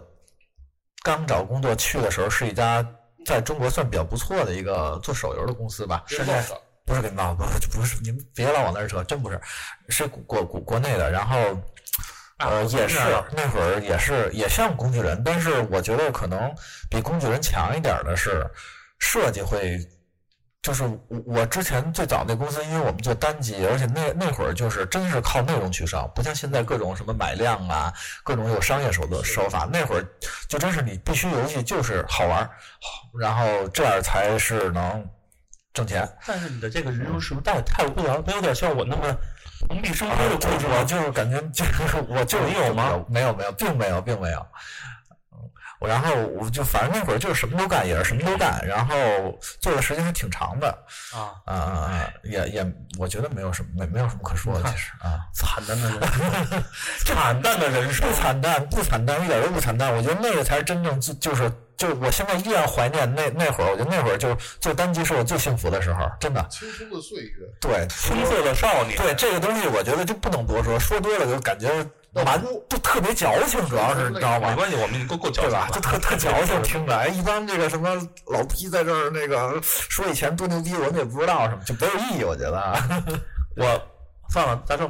Speaker 2: 刚找工作去的时候是一家在中国算比较不错的一个做手游的公司吧，
Speaker 1: 真的
Speaker 2: 不是给你闹，不是不是，您别老往那儿扯，真不是，是国国国内的，然后。呃，也是那会儿也是也像工具人，但是我觉得可能比工具人强一点的是设计会，就是我我之前最早那公司，因为我们做单机，而且那那会儿就是真是靠内容取胜，不像现在各种什么买量啊，各种有商业手段手法。那会儿就真是你必须游戏就是好玩儿，好然后这样才是能挣钱。
Speaker 3: 但是你的这个人生是不是太太无聊了？没有点像我那么蓬荜生辉的故事
Speaker 2: 我
Speaker 3: 吗？
Speaker 2: 就是感觉就是我就是
Speaker 3: 你有吗？
Speaker 2: 没有没有，并没有并没有。嗯我然后我就反正那会儿就是什么都干，也是什么都干，然后做的时间还挺长的，
Speaker 3: 啊，
Speaker 2: 啊啊啊，也也我觉得没有什么没没有什么可说的，其实啊，
Speaker 3: 惨淡的人生，嗯惨淡的人生
Speaker 2: 不。惨淡不惨淡，一点都不惨淡，我觉得那个才是真正就就是就是我现在依然怀念那那会儿，我觉得那会儿就是做单机是我最幸福的时候，真的。
Speaker 1: 青春的岁月。
Speaker 2: 对，
Speaker 3: 青涩的少年，
Speaker 2: 对这个东西，我觉得就不能多说，说多了就感觉蛮就特别矫情，主要是你知道
Speaker 3: 没
Speaker 2: 吗？
Speaker 3: 关系，我们够够矫
Speaker 2: 对
Speaker 3: 情
Speaker 2: 吧？就
Speaker 3: 了。
Speaker 2: 特特矫情，听着，哎，一般这个什么老逼在这儿那个说以前多牛逼，我们也不知道什么，就没有意义，我觉得啊。
Speaker 3: 我算了，大圣，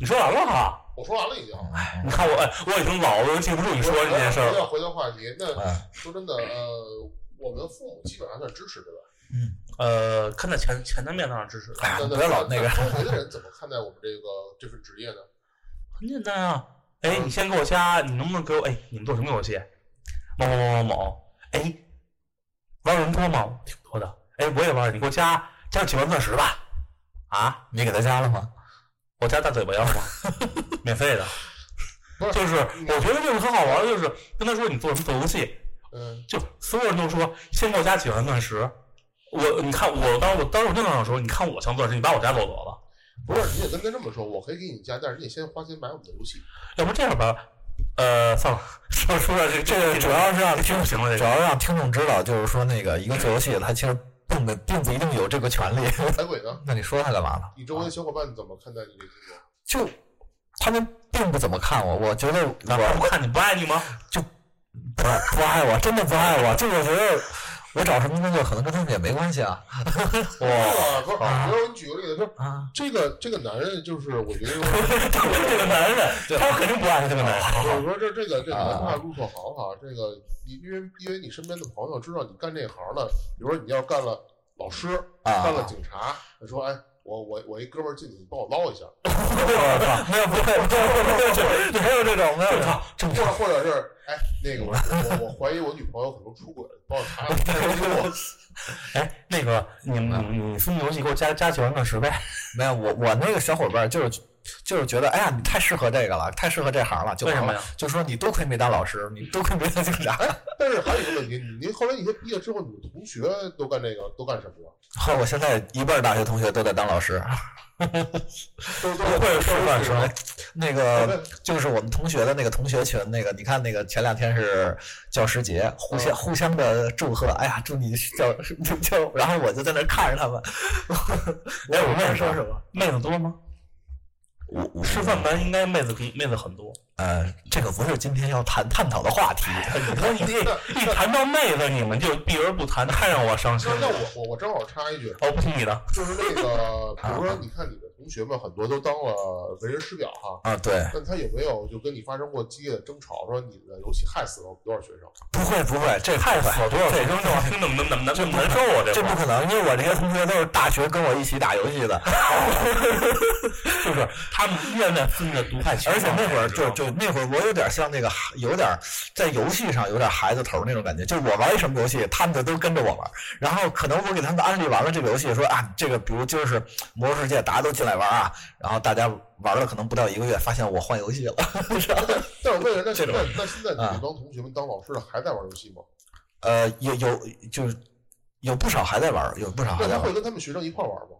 Speaker 3: 你说完了哈？
Speaker 1: 我说完了已
Speaker 2: 嗯
Speaker 1: 经。
Speaker 3: 你看我，哎，我已经老了，我都记不住你说这件事
Speaker 1: 回
Speaker 3: 儿。
Speaker 1: 到回到话题，那
Speaker 2: 嗯
Speaker 1: 说真的，呃，我们父母基本上算支持对吧？
Speaker 3: 呃，看在前前南面上支持的，
Speaker 2: 哎呀，
Speaker 1: 那
Speaker 2: 不要老那个，
Speaker 1: 周围的人怎么看待我们这个这份职业呢？
Speaker 3: 很简单啊。哎，你先给我加，你能不能给我？哎，你们做什么游戏？某某某某某。哎，玩文托吗？挺多的。哎，我也玩，你给我加加几万钻石吧。啊，
Speaker 2: 你给他加了吗？
Speaker 3: 我加大嘴巴要吗？ 免费的。
Speaker 1: 不是
Speaker 3: 就是
Speaker 2: 嗯
Speaker 3: 我觉得这个很好玩儿，就是跟他说你做什么做游戏，
Speaker 1: 嗯，
Speaker 3: 就所有人都说先给我加几万钻石。我你看我当时我当时我正想说，你看我想钻石，你把我家漏走了。
Speaker 1: 不是，你得跟他这么说，我可以给你加，但是你得先花钱买我们的游戏。
Speaker 3: 要不这样吧，呃，算了，说说了这
Speaker 2: 这个主要是让听
Speaker 3: 不行了，这
Speaker 2: 主
Speaker 3: 个
Speaker 2: 要让听众知道，就是说那个一个做游戏，它其实并不并不一定有这个权利。
Speaker 1: 海鬼呢？
Speaker 2: 那你说他干嘛呢？
Speaker 1: 哎啊你周围的小伙伴怎么看待你这个工作？
Speaker 2: 就他们并不怎么看我，我觉得
Speaker 3: 那他
Speaker 2: 我
Speaker 3: 不看你不爱你吗？
Speaker 2: 不爱不爱我，真的不爱我。就我觉得我找什么工作可能跟他们也没关系啊
Speaker 1: 哇、不是，
Speaker 2: 啊
Speaker 1: 我给你举个例子，就是
Speaker 2: 啊！
Speaker 1: 这个这个男人，就是我觉得有 点，
Speaker 2: 这个男人，他肯定不爱这个男
Speaker 3: 哦
Speaker 1: 就
Speaker 2: 人。
Speaker 1: 是说这这个这个
Speaker 2: 啊
Speaker 1: 男怕入错行哈、这个你因为因为你身边的朋友知道你干这行了，比如说你要干了老师，
Speaker 2: 啊
Speaker 1: 干了警察，他说哎，我我我一哥们儿进去，你帮我捞一下，
Speaker 3: 哦
Speaker 2: 我操， 没有不会，不会，没有这种，没有这种。
Speaker 1: 或者或者是哎那个我我我怀疑我女朋友可能出轨，帮我查查。
Speaker 3: 哎，那个你你
Speaker 2: 嗯
Speaker 3: 你送游戏给我加加几万钻石呗。
Speaker 2: 没有，我我那个小伙伴就是就是觉得，哎呀，你太适合这个了，太适合这行了，就
Speaker 3: 为什么呀？
Speaker 2: 就说你多亏没当老师，你多亏没当警察。
Speaker 1: 但是还有一个问题，你您后来你说毕业之后，你们同学都干这个，都干什么了？
Speaker 2: 后我现在一半大学同学都在当老师，
Speaker 1: 都都
Speaker 2: 不会
Speaker 1: 都
Speaker 2: 是吧？
Speaker 1: 是
Speaker 2: 是吧？那个 就是我们同学的那个同学群，那个你看那个前两天是教师节，互相嗯互相的祝贺，哎呀，祝你教就就，然后我就在那看着他们，哎， 我问说什么？
Speaker 3: 妹子多吗？
Speaker 2: 我我
Speaker 3: 师范班应该妹子比妹子很多。
Speaker 2: 呃，这个不是今天要谈探讨的话题。
Speaker 3: 你说你一谈到妹子，你们就避而不谈，太让我伤心
Speaker 1: 那那
Speaker 3: 了。
Speaker 1: 我我我正好插一句，啊
Speaker 3: 我不听你的，
Speaker 1: 就是那个，比如说，你看你的同学们很多都当了为人师表哈，
Speaker 2: 啊，对，
Speaker 1: 但他有没有就跟你发生过激烈的争吵，说你的游戏害死了我们多少学生？
Speaker 2: 不会不会，这太
Speaker 3: 我多少岁？听着，听着难难难难受啊！这
Speaker 2: 这
Speaker 3: 会
Speaker 2: 不
Speaker 3: 儿
Speaker 2: 可能，因为我这些同学都是大学跟我一起打游戏 的，
Speaker 3: 就是他们依然在负面毒害情况，
Speaker 2: 而且那会儿就
Speaker 3: 你知道
Speaker 2: 就
Speaker 3: 吗
Speaker 2: 那会儿，我有点像那个，有点在游戏上有点孩子头儿那种感觉。就是我玩一什么游戏，他们就都跟着我玩。然后可能我给他们安利完了这个游戏，说啊，这个比如就是《魔兽世界》，大家都进来玩啊。然后大家玩了可能不到一个月，发现我换游戏了。
Speaker 1: 但我问了，那
Speaker 2: 这
Speaker 1: 现
Speaker 2: 种
Speaker 1: 在那现在你
Speaker 2: 啊
Speaker 1: 这帮同学们当老师的还在玩游戏吗？
Speaker 2: 呃，有有就是有不少还在玩，有
Speaker 3: 啊
Speaker 2: 不少还
Speaker 1: 那
Speaker 2: 在
Speaker 1: 他
Speaker 2: 玩
Speaker 1: 会。跟他们学生一块玩吗？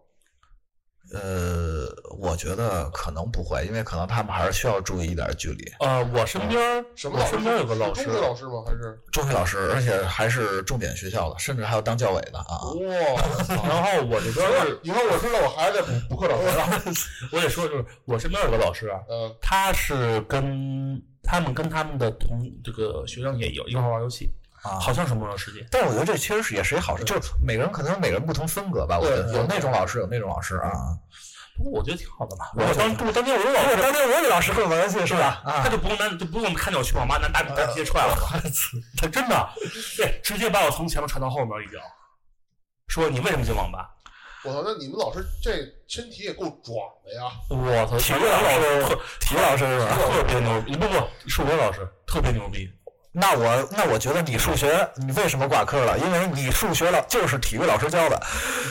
Speaker 2: 呃，我觉得可能不会，因为可能他们还是需要注意一点距离。
Speaker 3: 呃，我身边儿
Speaker 1: 什么
Speaker 3: 我
Speaker 1: 老师？
Speaker 3: 身边有个老
Speaker 1: 是
Speaker 3: 师啊
Speaker 1: 中，学老师吗？还是
Speaker 2: 中学老师，而且还是重点学校的，甚至还有当教委的啊。
Speaker 1: 哇！
Speaker 3: 然后我这边儿是
Speaker 1: 以后我知道我孩子在补补课老师 了。
Speaker 3: 我得说，就是我身边有个老师啊，
Speaker 1: 嗯
Speaker 3: 他是跟他们跟他们的同这个学生也有一块儿玩游戏，
Speaker 2: 啊
Speaker 3: 好像是魔兽世界。
Speaker 2: 但是我觉得这其实是也是一好事，就是每个人可能有每个人不同风格吧。我觉得
Speaker 1: 对
Speaker 2: 有那种老师，有那种老师啊。
Speaker 3: 不过我觉得挺好的吧。
Speaker 2: 我
Speaker 3: 我当初当年我有老师，
Speaker 2: 当年我也老师会玩游戏是吧？呃
Speaker 3: 他
Speaker 2: 啊，
Speaker 3: 就不用拿就不用看见我去网吧拿大大皮鞋踹我，他真的对直接把我从前面踹到后面已经。说你为什么进网吧？
Speaker 1: 我操，那你们老师这身体也够壮的呀！
Speaker 3: 我操！
Speaker 2: 体
Speaker 3: 体
Speaker 2: 育
Speaker 3: 育
Speaker 2: 老
Speaker 3: 老
Speaker 2: 师
Speaker 3: 师特
Speaker 2: 体育老师是吧？
Speaker 3: 特别牛逼，不不，数学老师特别牛逼。
Speaker 2: 那我那我觉得你数学你为什么挂科了？因为你数学老就是体育老师教的。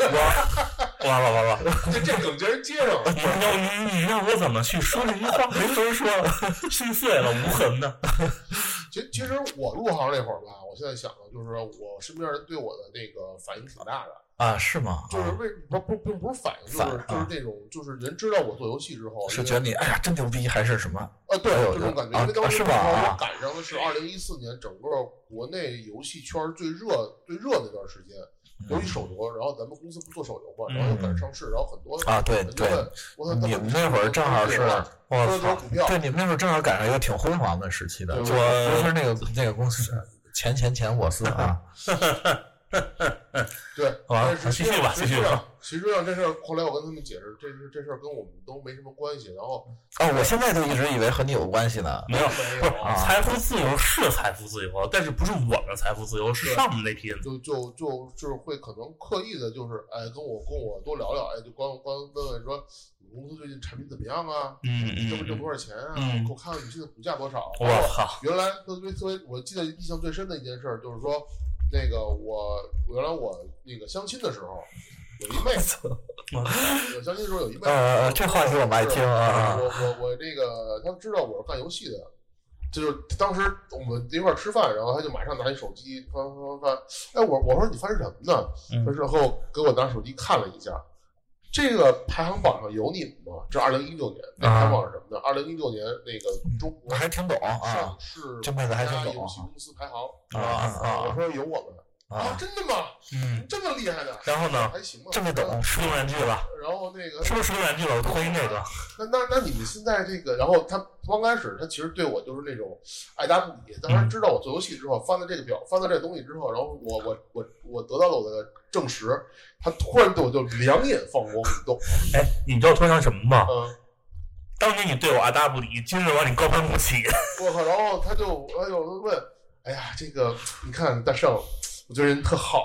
Speaker 3: 完 了完了，
Speaker 1: 这这梗竟然接上了。
Speaker 3: 你要你你让我怎么去说这句话？没法说了，心碎了，无痕的。
Speaker 1: 其其实我入行那会儿吧，我现在想的就是我身边人对我的那个反应挺大的，
Speaker 2: 啊，是吗？
Speaker 1: 就是
Speaker 2: 啊
Speaker 1: 为不不并不是反应，就
Speaker 2: 反
Speaker 1: 是就
Speaker 2: 啊
Speaker 1: 是那种就是人知道我做游戏之后，
Speaker 2: 是
Speaker 1: 因为
Speaker 2: 觉得你哎呀真牛逼，还是什么？
Speaker 1: 啊，对，
Speaker 2: 哎呦
Speaker 1: 就这种感觉。
Speaker 2: 啊
Speaker 1: 因为当时
Speaker 2: 是
Speaker 1: 正
Speaker 2: 吧
Speaker 1: 好
Speaker 2: 啊
Speaker 1: 我赶上的是二零一四年整个国内游戏圈最热最热那段时间，尤
Speaker 2: 嗯
Speaker 1: 其手游。然后咱们公司不做手游嘛，然后又赶上上市，然后很多
Speaker 2: 啊对
Speaker 1: 人就
Speaker 2: 对
Speaker 1: 问我操，
Speaker 2: 你们那会儿正好是，我
Speaker 1: 说说
Speaker 2: 操
Speaker 1: 股，票
Speaker 2: 对，你们那会儿正好赶上一个挺辉煌的时期的，
Speaker 1: 对
Speaker 2: 我
Speaker 1: 我
Speaker 2: 不是那个那个公司，前前前我 司啊，
Speaker 1: 对，
Speaker 2: 啊
Speaker 1: 但是
Speaker 3: 继续吧
Speaker 1: 其实
Speaker 3: 继续吧。
Speaker 1: 其实上这事儿，后来我跟他们解释，这事这事儿跟我们都没什么关系。然后
Speaker 2: 哦，我现在就一直以为和你有关系呢。
Speaker 3: 没有，
Speaker 1: 没
Speaker 3: 不是
Speaker 1: 有
Speaker 2: 啊
Speaker 3: 财富自由是财富自由，但是不是我们财富自由，是
Speaker 1: 对
Speaker 3: 上面那批人。
Speaker 1: 就就就就是会可能刻意的，就是哎，跟我跟我多聊聊，哎，就光光问问说你公司最近产品怎么样啊？
Speaker 3: 嗯
Speaker 1: 挣不挣
Speaker 3: 嗯，
Speaker 1: 多少钱啊？
Speaker 3: 嗯
Speaker 1: 给我看看你现在股价多少？
Speaker 3: 我靠，
Speaker 1: 原来特别特别，我记得印象最深的一件事儿就是说，那个我我原来我那个相亲的时候，有一妹，我相亲的时候有一妹，
Speaker 2: 呃，这话题我们爱听啊
Speaker 1: 我我我那个，他知道我是干游戏的，就是当时我们一块儿吃饭，然后他就马上拿起手机翻翻翻翻，哎，我我说你翻什么呢？
Speaker 3: 嗯
Speaker 1: 他之后给我拿手机看了一下，这个排行榜上有你们吗？这二零一六年，那
Speaker 2: 啊
Speaker 1: 排行榜是什么呢？二零一六年那个中
Speaker 2: 我
Speaker 1: 国
Speaker 2: 还挺懂啊
Speaker 1: 上市
Speaker 2: 这妹子还挺
Speaker 1: 家
Speaker 2: 懂啊
Speaker 1: 游戏公司排行
Speaker 2: 啊啊
Speaker 1: 我
Speaker 2: 啊
Speaker 1: 说有我们
Speaker 2: 啊！
Speaker 1: 真的吗？
Speaker 3: 嗯，
Speaker 1: 这么厉害的？
Speaker 3: 然后呢
Speaker 1: 还行吧，
Speaker 2: 这么懂，
Speaker 3: 说玩具了，
Speaker 1: 然后那个
Speaker 3: 是不是说玩具了？我关心这个，
Speaker 1: 那那那你们现在这个，然后他刚开始他其实对我就是那种爱答不理，
Speaker 2: 嗯
Speaker 1: 但是知道我做游戏之后，翻了这个表，翻到这个东西之后，然后我我我我得到了我的证实，他突然对我就两眼放光，你懂吗？
Speaker 3: 哎，你知道我突然想什么吗？
Speaker 1: 嗯，
Speaker 3: 当年你对我爱答不理，今日我让你高攀 不起。
Speaker 1: 我靠，然后他就他就问，哎呀，这个你看大圣，我觉得人特好，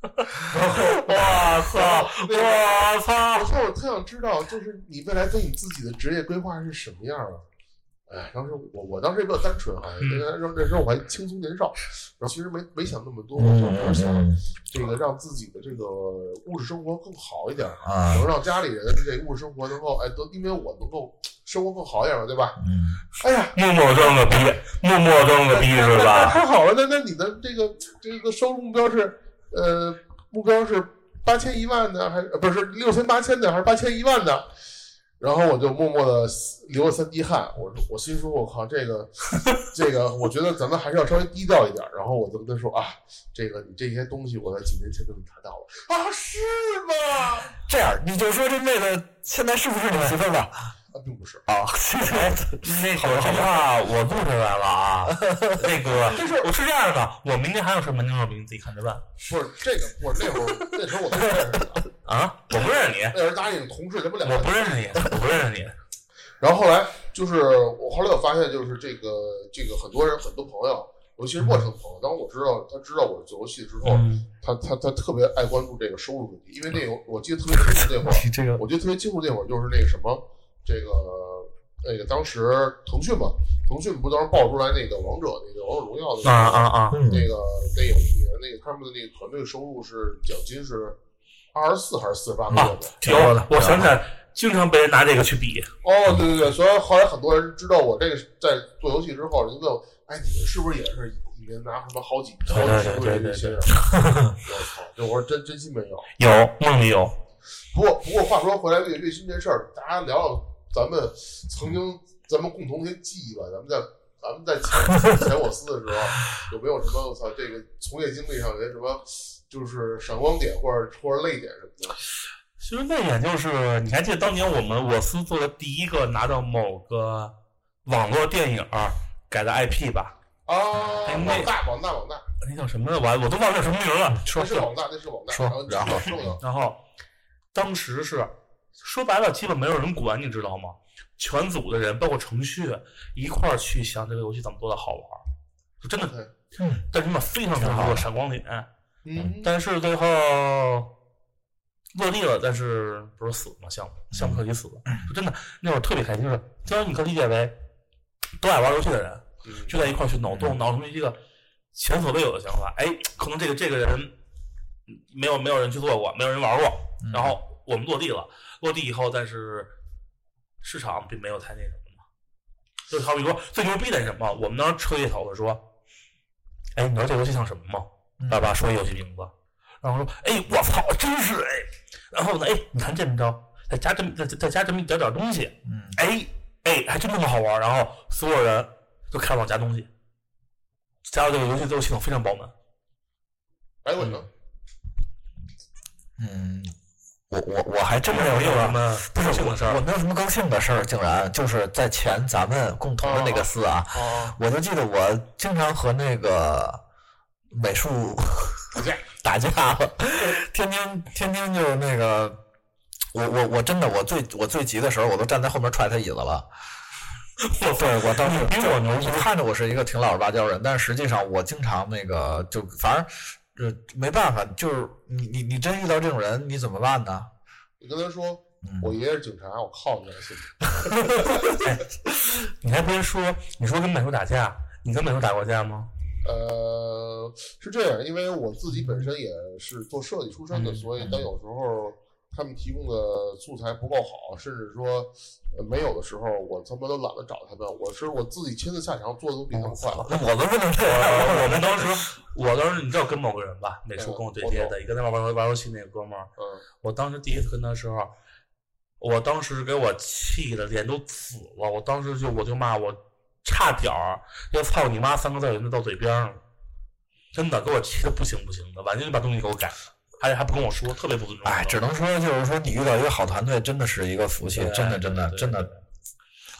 Speaker 1: 然后
Speaker 3: 我操！
Speaker 1: 那个
Speaker 3: 我
Speaker 1: 我
Speaker 3: 操！
Speaker 1: 说我特想知道，就是你未来对你自己的职业规划是什么样啊？哎，当时我我当时也比较单纯啊，
Speaker 3: 嗯
Speaker 1: 因为那时候那时候我还青葱年少，然后其实没没想那么多，我就
Speaker 2: 嗯
Speaker 1: 是想
Speaker 2: 嗯
Speaker 1: 这个让自己的这个物质生活更好一点，
Speaker 2: 啊
Speaker 1: 能让家里人这物质生活能够哎都因为我能够生活更好一点嘛，对吧？
Speaker 2: 嗯
Speaker 1: 哎呀，
Speaker 3: 默默装个逼，默默装个逼是
Speaker 1: 那那
Speaker 3: 吧？
Speaker 1: 太好了，那那你的这个这个收入目标是呃目标是八千一万呢，还是呃不是六千八千的，还是八千一万的？然后我就默默的流了三滴汗，我说我心说我靠这 个这个，我觉得咱们还是要稍微低调一点。然后我就跟他说啊，这个你这些东西我在几年前就给你谈到了啊，是吗？
Speaker 2: 这样你就说这妹子现在是不是你媳妇儿吧？
Speaker 1: 啊，并不是，
Speaker 2: 啊，
Speaker 3: 那个好吧，我录出来了啊。那个，
Speaker 1: 这是
Speaker 3: 我是这样的，我明天还有什么内容，你自己看着办
Speaker 1: 不是这个，不是那会儿那时候我都不认识他，
Speaker 3: 啊。我不认识你，
Speaker 1: 那时候答应同事，咱们两个
Speaker 3: 我不认识你，我不认识你。
Speaker 1: 然后后来就是我后来我发现，就是这个这个很多人很多朋友，尤其是陌生朋友，当我知道他知道我是做游戏之后，
Speaker 3: 嗯，
Speaker 1: 他他他特别爱关注这个收入问题，因为那个我记得特别清楚那会儿，
Speaker 2: 你这个
Speaker 1: 我记得特别清楚那会儿就是那个什么，这个那个当时腾讯嘛，腾讯不当时爆出来那个王者那个王者荣耀的
Speaker 3: 啊啊啊！
Speaker 2: 嗯
Speaker 1: 那个那有一年那个他们的那个团队收入是奖金是二十四还是四十八
Speaker 3: 啊
Speaker 1: 个月的？
Speaker 3: 有，我想起来，经常被人拿这个去比。
Speaker 1: 哦，对对对，所以后来很多人知道我这个是在做游戏之后，人家问我，哎，你们是不是也是一年拿什么好几好几十个月的薪水？ 我操！这我说真真心没有。
Speaker 3: 有梦里有，
Speaker 1: 不过不过话说回来，月月薪这事儿，大家聊聊咱们曾经咱们共同的一些记忆吧。咱们在咱们在前前我司的时候，有没有什么我操这个从业经历上有些什么就是闪光点或者或者泪点什么的？
Speaker 3: 其实那点就是，你还记得当年我们我司做的第一个拿到某个网络电影儿改的 IP 吧？
Speaker 1: 啊，
Speaker 3: 哎那
Speaker 1: 网大网大网大，
Speaker 3: 那叫什么来？我我都忘叫什么名儿了。
Speaker 1: 那
Speaker 3: 说
Speaker 1: 是网大，那是网大。
Speaker 2: 说
Speaker 1: 然
Speaker 2: 然
Speaker 1: 后
Speaker 2: 后
Speaker 1: 你说说
Speaker 3: 然后当时是说白了，基本没有人管，你知道吗？全组的人，包括程序一块儿去想这个游戏怎么做的好玩儿，就真的，但是他妈非常非常多的闪光点。
Speaker 1: 嗯，
Speaker 3: 但是最后落地了，但是不是死了吗？项目项目彻底死了，就真的那会儿特别开心，就是当然你可以理解为都爱玩游戏的人
Speaker 1: 嗯
Speaker 3: 聚在一块儿去脑洞，脑出一个前所未有的想法。哎，可能这个这个人没有没有人去做过，没有人玩过，
Speaker 2: 嗯
Speaker 3: 然后我们落地了，落地以后，但是市场并没有太那什么嘛。就好比说最牛逼的是什么，我们当时彻底讨论说，哎，你知道这游戏像什么吗？
Speaker 2: 嗯
Speaker 3: 爸爸说一游戏名字，然后说，哎，我操，真是哎，然后呢，哎，你看这么着，再加这么再再加这么一点点东西，
Speaker 2: 嗯，
Speaker 3: 哎哎，还真那么好玩儿。然后所有人就开始往加东西，加到这个游戏之后系统非常饱满。
Speaker 1: 哎，我操，
Speaker 2: 嗯，我我我还真没有
Speaker 3: 没
Speaker 2: 什
Speaker 3: 有什
Speaker 2: 么，
Speaker 3: 么
Speaker 2: 不是
Speaker 3: 高兴
Speaker 2: 我
Speaker 3: 的事儿
Speaker 2: 我没有什么高兴的事儿，竟然就是在前咱们共同的那个司啊，
Speaker 3: 啊，
Speaker 2: 我就记得我经常和那个美术
Speaker 1: 打架，
Speaker 2: 打架 了，天天天天就那个，我我我真的我最我最急的时候，我都站在后面踹他椅子了。
Speaker 3: 我
Speaker 2: 对我当时
Speaker 3: 你比我牛逼
Speaker 2: 你看着我是一个挺老实巴交人，但是实际上我经常那个就反正呃没办法，就是你你你真遇到这种人你怎么办呢？
Speaker 1: 你跟他说
Speaker 2: 嗯，
Speaker 1: 我爷爷是警察，我靠你还信吗？
Speaker 3: 你还别说，你说跟美术打架，你跟美术打过 架吗？
Speaker 1: 呃，是这样，因为我自己本身也是做设计出身的，
Speaker 3: 嗯
Speaker 1: 所以当有时候他们提供的素材不够好，甚至说呃没有的时候，我他妈都懒得找他们，我是我自己亲自下场做的都比他们快。
Speaker 2: 那我们不能这样，
Speaker 3: 我我们当时， 我当时你知道跟某个人吧，美术
Speaker 1: 嗯
Speaker 3: 跟我对
Speaker 1: 我
Speaker 3: 接
Speaker 1: 懂
Speaker 3: 的，也跟他玩玩玩游戏那个哥们儿，
Speaker 1: 嗯，
Speaker 3: 我当时第一次跟他的时候，我当时给我气的脸都紫了，我当时就我就骂我差点儿要“操你妈”三个字儿就到嘴边上了，真的给我气的不行不行的，完全就把东西给我改了，还还不跟我说，特别不尊重我。
Speaker 2: 哎，只能说就是说你遇到一个好团队真的是一个福气
Speaker 3: 对，
Speaker 2: 真的真的
Speaker 3: 对
Speaker 2: 真的，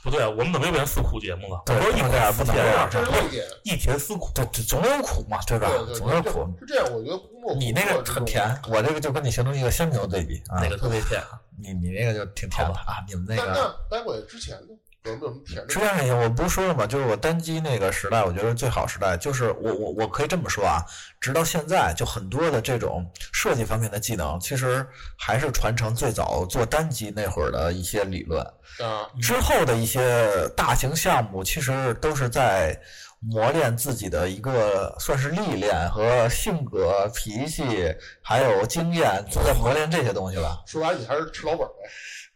Speaker 3: 不对，啊我们怎么又变成诉苦节目了？
Speaker 2: 对
Speaker 3: 我说
Speaker 2: 不
Speaker 3: 一
Speaker 2: 能这样不啊能这
Speaker 3: 啊
Speaker 2: 样
Speaker 1: 这是另一点。
Speaker 3: 一甜思苦，
Speaker 2: 对，这总有苦嘛，对吧
Speaker 1: 对对？对，
Speaker 2: 总有
Speaker 1: 这
Speaker 2: 苦。
Speaker 1: 是这样，我觉得工作
Speaker 2: 你那个很甜，，我这个就跟你形成一个鲜明的对比啊。
Speaker 3: 那个特别甜。
Speaker 2: 你你那个就挺甜的啊，你们那
Speaker 1: 工作
Speaker 2: 个
Speaker 1: 这种。那那待会儿之前呢，有没有什么甜的
Speaker 2: 实际？上也，我不是说了吗？就是我单机那个时代，我觉得最好时代，就是我我我可以这么说啊，直到现在，就很多的这种设计方面的技能，其实还是传承最早做单机那会儿的一些理论。
Speaker 1: 啊，
Speaker 2: 之后的一些大型项目，其实都是在磨练自己的一个算是历练和性格、脾气，还有经验，都在磨练这些东西吧。
Speaker 1: 说白了你还是吃老本呗，